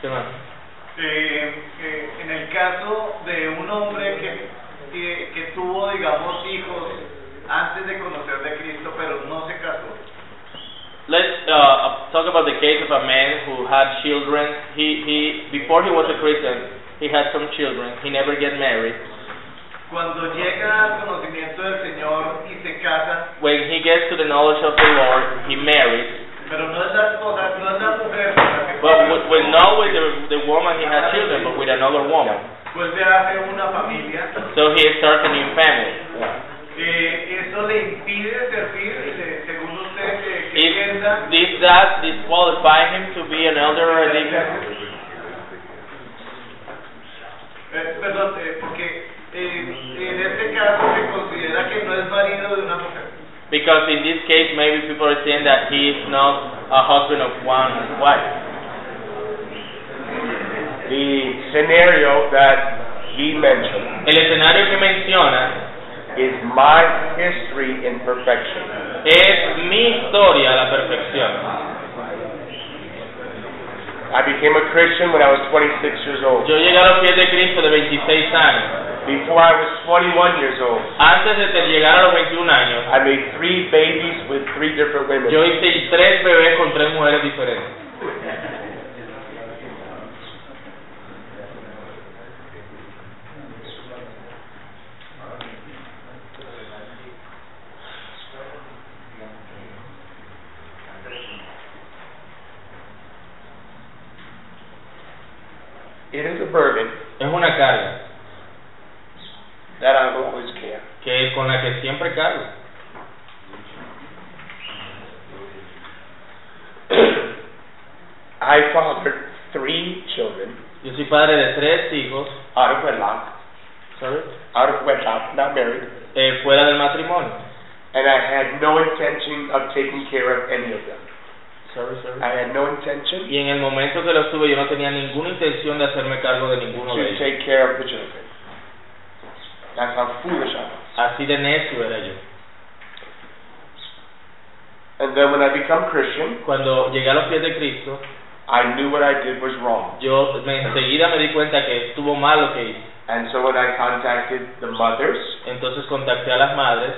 [SPEAKER 1] ¿Qué más?
[SPEAKER 7] eh, eh, en el caso de un hombre que, que, que tuvo, digamos, hijos antes de conocer de Cristo, pero no se casó.
[SPEAKER 4] Let's uh, talk about the case of a man who had children. He, he before he was a Christian, he had some children. He never get married.
[SPEAKER 7] Cuando llega al conocimiento del Señor y se casa,
[SPEAKER 4] When he gets to the knowledge of the Lord, he marries.
[SPEAKER 7] pero no es la esposa, no es la mujer con la que
[SPEAKER 4] But
[SPEAKER 7] se
[SPEAKER 4] with,
[SPEAKER 7] casó,
[SPEAKER 4] with not with the, the woman he had children, but with another woman.
[SPEAKER 7] vuelve a hacer una familia,
[SPEAKER 4] So he starts a new family.
[SPEAKER 7] eh, eso le impide servir, eh, según usted que, que
[SPEAKER 4] If
[SPEAKER 7] piensa,
[SPEAKER 4] this does disqualify him to be an elder or a deacon,
[SPEAKER 7] Eh, perdón, eh, porque eh, en este caso se considera que no es marido de una mujer.
[SPEAKER 4] because in this case maybe people are saying that he is not a husband of one wife.
[SPEAKER 2] The scenario that he mentioned
[SPEAKER 1] El escenario que menciona
[SPEAKER 2] is my history in perfection.
[SPEAKER 1] es mi historia a la perfección.
[SPEAKER 2] I became a Christian when I was 26 years old.
[SPEAKER 1] Yo llegué a los pies de Cristo de 26 años.
[SPEAKER 2] Before I was 21 years old,
[SPEAKER 1] Antes de te- llegar a los 21 años,
[SPEAKER 2] I made three babies with three different women.
[SPEAKER 1] yo hice tres bebés con tres mujeres diferentes.
[SPEAKER 2] It is a burden
[SPEAKER 1] Es una carga
[SPEAKER 2] that I always care.
[SPEAKER 1] que con la que siempre cargo.
[SPEAKER 2] I fathered three children
[SPEAKER 1] Yo soy padre de tres hijos,
[SPEAKER 2] out of wedlock,
[SPEAKER 1] ¿sabes?
[SPEAKER 2] out of wedlock, not married,
[SPEAKER 1] Eh, fuera del matrimonio.
[SPEAKER 2] and I had no intention of taking care of any of them.
[SPEAKER 1] ¿sabes? ¿sabes?
[SPEAKER 2] I had no intention
[SPEAKER 1] Y en el momento que los tuve, yo no tenía ninguna intención de hacerme cargo de ninguno
[SPEAKER 2] to
[SPEAKER 1] de ellos.
[SPEAKER 2] take care of the children. That's how foolish I was.
[SPEAKER 1] Así de necio era yo.
[SPEAKER 2] And then when I become Christian,
[SPEAKER 1] Cuando llegué a los pies de Cristo,
[SPEAKER 2] I knew what I did was wrong.
[SPEAKER 1] yo me- enseguida me di cuenta que estuvo mal lo que hice.
[SPEAKER 2] And so when I contacted the mothers,
[SPEAKER 1] Entonces contacté a las madres.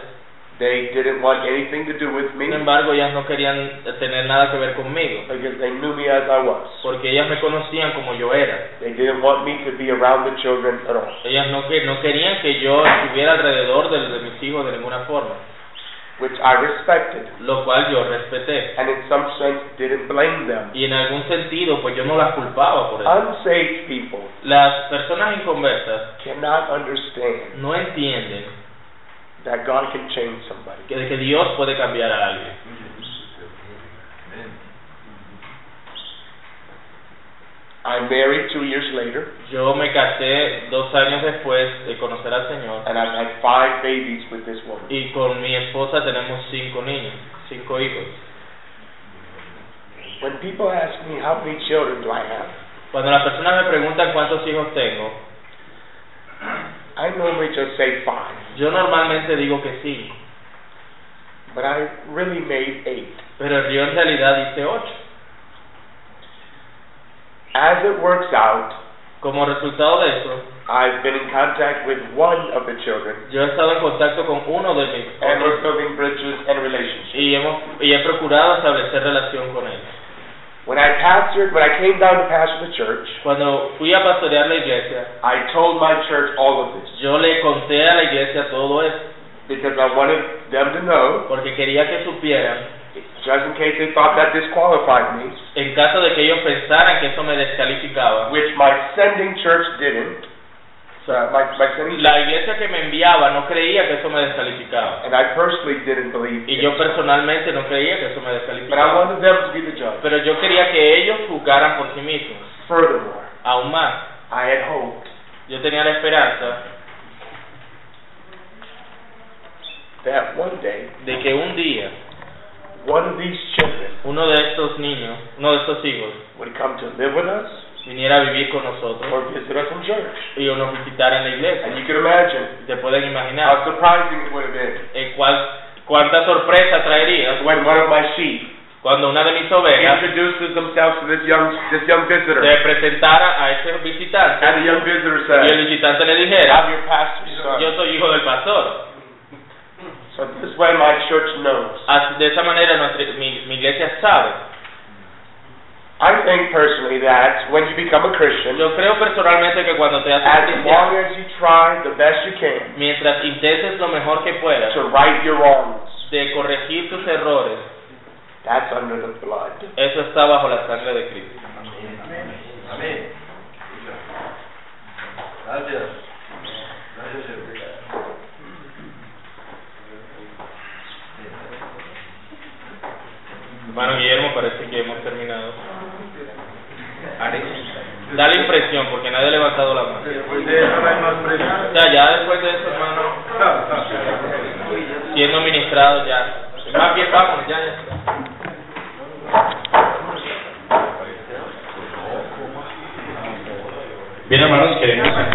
[SPEAKER 2] they didn't want anything to do with me
[SPEAKER 1] Sin embargo, ellas no querían tener nada que ver conmigo,
[SPEAKER 2] because they knew me as I was.
[SPEAKER 1] porque ellas me conocían como yo era.
[SPEAKER 2] They didn't want me to be around the children at all,
[SPEAKER 1] Ellas no, que- no querían que yo estuviera alrededor de, de mis hijos de ninguna forma,
[SPEAKER 2] which I respected
[SPEAKER 1] lo cual yo respeté.
[SPEAKER 2] and in some sense didn't blame them.
[SPEAKER 1] Y en algún sentido, pues yo no las culpaba por
[SPEAKER 2] Ah.
[SPEAKER 1] eso.
[SPEAKER 2] Unsaved people
[SPEAKER 1] Las personas inconversas
[SPEAKER 2] cannot understand
[SPEAKER 1] no entienden
[SPEAKER 2] that God can change somebody.
[SPEAKER 1] que, que Dios puede cambiar a alguien.
[SPEAKER 2] I married two years later
[SPEAKER 1] Yo me casé dos años después de conocer al Señor
[SPEAKER 2] and I've had five babies with this woman.
[SPEAKER 1] y con mi esposa tenemos cinco niños, cinco hijos.
[SPEAKER 2] When people ask me how many children do I have,
[SPEAKER 1] Cuando las personas me preguntan cuántos hijos tengo,
[SPEAKER 2] I normally just say five.
[SPEAKER 1] Yo normalmente digo que sí,
[SPEAKER 2] but I really made eight.
[SPEAKER 1] pero yo en realidad hice ocho.
[SPEAKER 2] As it works out,
[SPEAKER 1] Como resultado de eso,
[SPEAKER 2] I've been in contact with one of the children,
[SPEAKER 1] yo he estado en contacto con uno de mis
[SPEAKER 2] and we're
[SPEAKER 1] otros
[SPEAKER 2] building bridges and relationships.
[SPEAKER 1] y, hemos, y he procurado establecer relación con él.
[SPEAKER 2] When I pastored, when I came down to pastor the church,
[SPEAKER 1] Cuando fui a pastorear la iglesia,
[SPEAKER 2] I told my church all of this
[SPEAKER 1] yo le conté a la iglesia todo esto,
[SPEAKER 2] because I wanted them to know,
[SPEAKER 1] porque quería que supieran,
[SPEAKER 2] just in case they thought that disqualified me,
[SPEAKER 1] en caso de que ellos pensaran que eso me descalificaba,
[SPEAKER 2] which my sending church didn't. So uh, my, my sending
[SPEAKER 1] la iglesia que me enviaba no creía que eso me descalificaba.
[SPEAKER 2] and I personally didn't believe
[SPEAKER 1] Y
[SPEAKER 2] it.
[SPEAKER 1] yo personalmente no creía que eso me
[SPEAKER 2] But I
[SPEAKER 1] descalificaba.
[SPEAKER 2] wanted them to be the judge.
[SPEAKER 1] Pero yo quería que ellos juzgaran por sí mismos.
[SPEAKER 2] Furthermore,
[SPEAKER 1] Aún más,
[SPEAKER 2] I had hoped
[SPEAKER 1] yo tenía la esperanza
[SPEAKER 2] that one day,
[SPEAKER 1] de que un día
[SPEAKER 2] one of these children
[SPEAKER 1] uno de estos niños, uno de estos hijos,
[SPEAKER 2] would come to live with us
[SPEAKER 1] viniera a vivir con nosotros
[SPEAKER 2] or visit us in church.
[SPEAKER 1] y nos visitara en la
[SPEAKER 2] And you
[SPEAKER 1] iglesia.
[SPEAKER 2] can imagine
[SPEAKER 1] Se pueden imaginar
[SPEAKER 2] how surprising it would have been
[SPEAKER 1] eh, cuál- cuánta sorpresa traería
[SPEAKER 2] when one of my sheep
[SPEAKER 1] cuando una de mis ovejas
[SPEAKER 2] introduces themselves to this young this young
[SPEAKER 1] se
[SPEAKER 2] visitor,
[SPEAKER 1] presentara a ese visitante
[SPEAKER 2] and the young visitor
[SPEAKER 1] y el
[SPEAKER 2] says,
[SPEAKER 1] visitante le
[SPEAKER 2] "I'm
[SPEAKER 1] dijera,
[SPEAKER 2] your pastor's son."
[SPEAKER 1] yo soy hijo del pastor.
[SPEAKER 2] So this way, my church knows.
[SPEAKER 1] Así- De esa manera nuestra- mi- mi iglesia sabe
[SPEAKER 2] I think personally that when you become a Christian,
[SPEAKER 1] Yo creo personalmente que cuando te
[SPEAKER 2] as
[SPEAKER 1] haces
[SPEAKER 2] long
[SPEAKER 1] cristiano,
[SPEAKER 2] as you try the best you can
[SPEAKER 1] mientras intentes lo mejor que puedas
[SPEAKER 2] to right your wrongs,
[SPEAKER 1] de corregir tus errores,
[SPEAKER 2] that's under the blood.
[SPEAKER 1] eso está bajo la sangre de Cristo.
[SPEAKER 7] Amén. Gracias. Gracias, hermano.
[SPEAKER 1] Hermano Guillermo, parece que hemos terminado. Da la impresión, porque nadie ha levantado la mano.
[SPEAKER 7] Después de eso no hay más
[SPEAKER 1] O
[SPEAKER 7] preguntas.
[SPEAKER 1] sea, ya después de eso, hermano, siendo ministrado ya. Más bien, vamos, ya, ya.
[SPEAKER 8] Bien, hermanos, queremos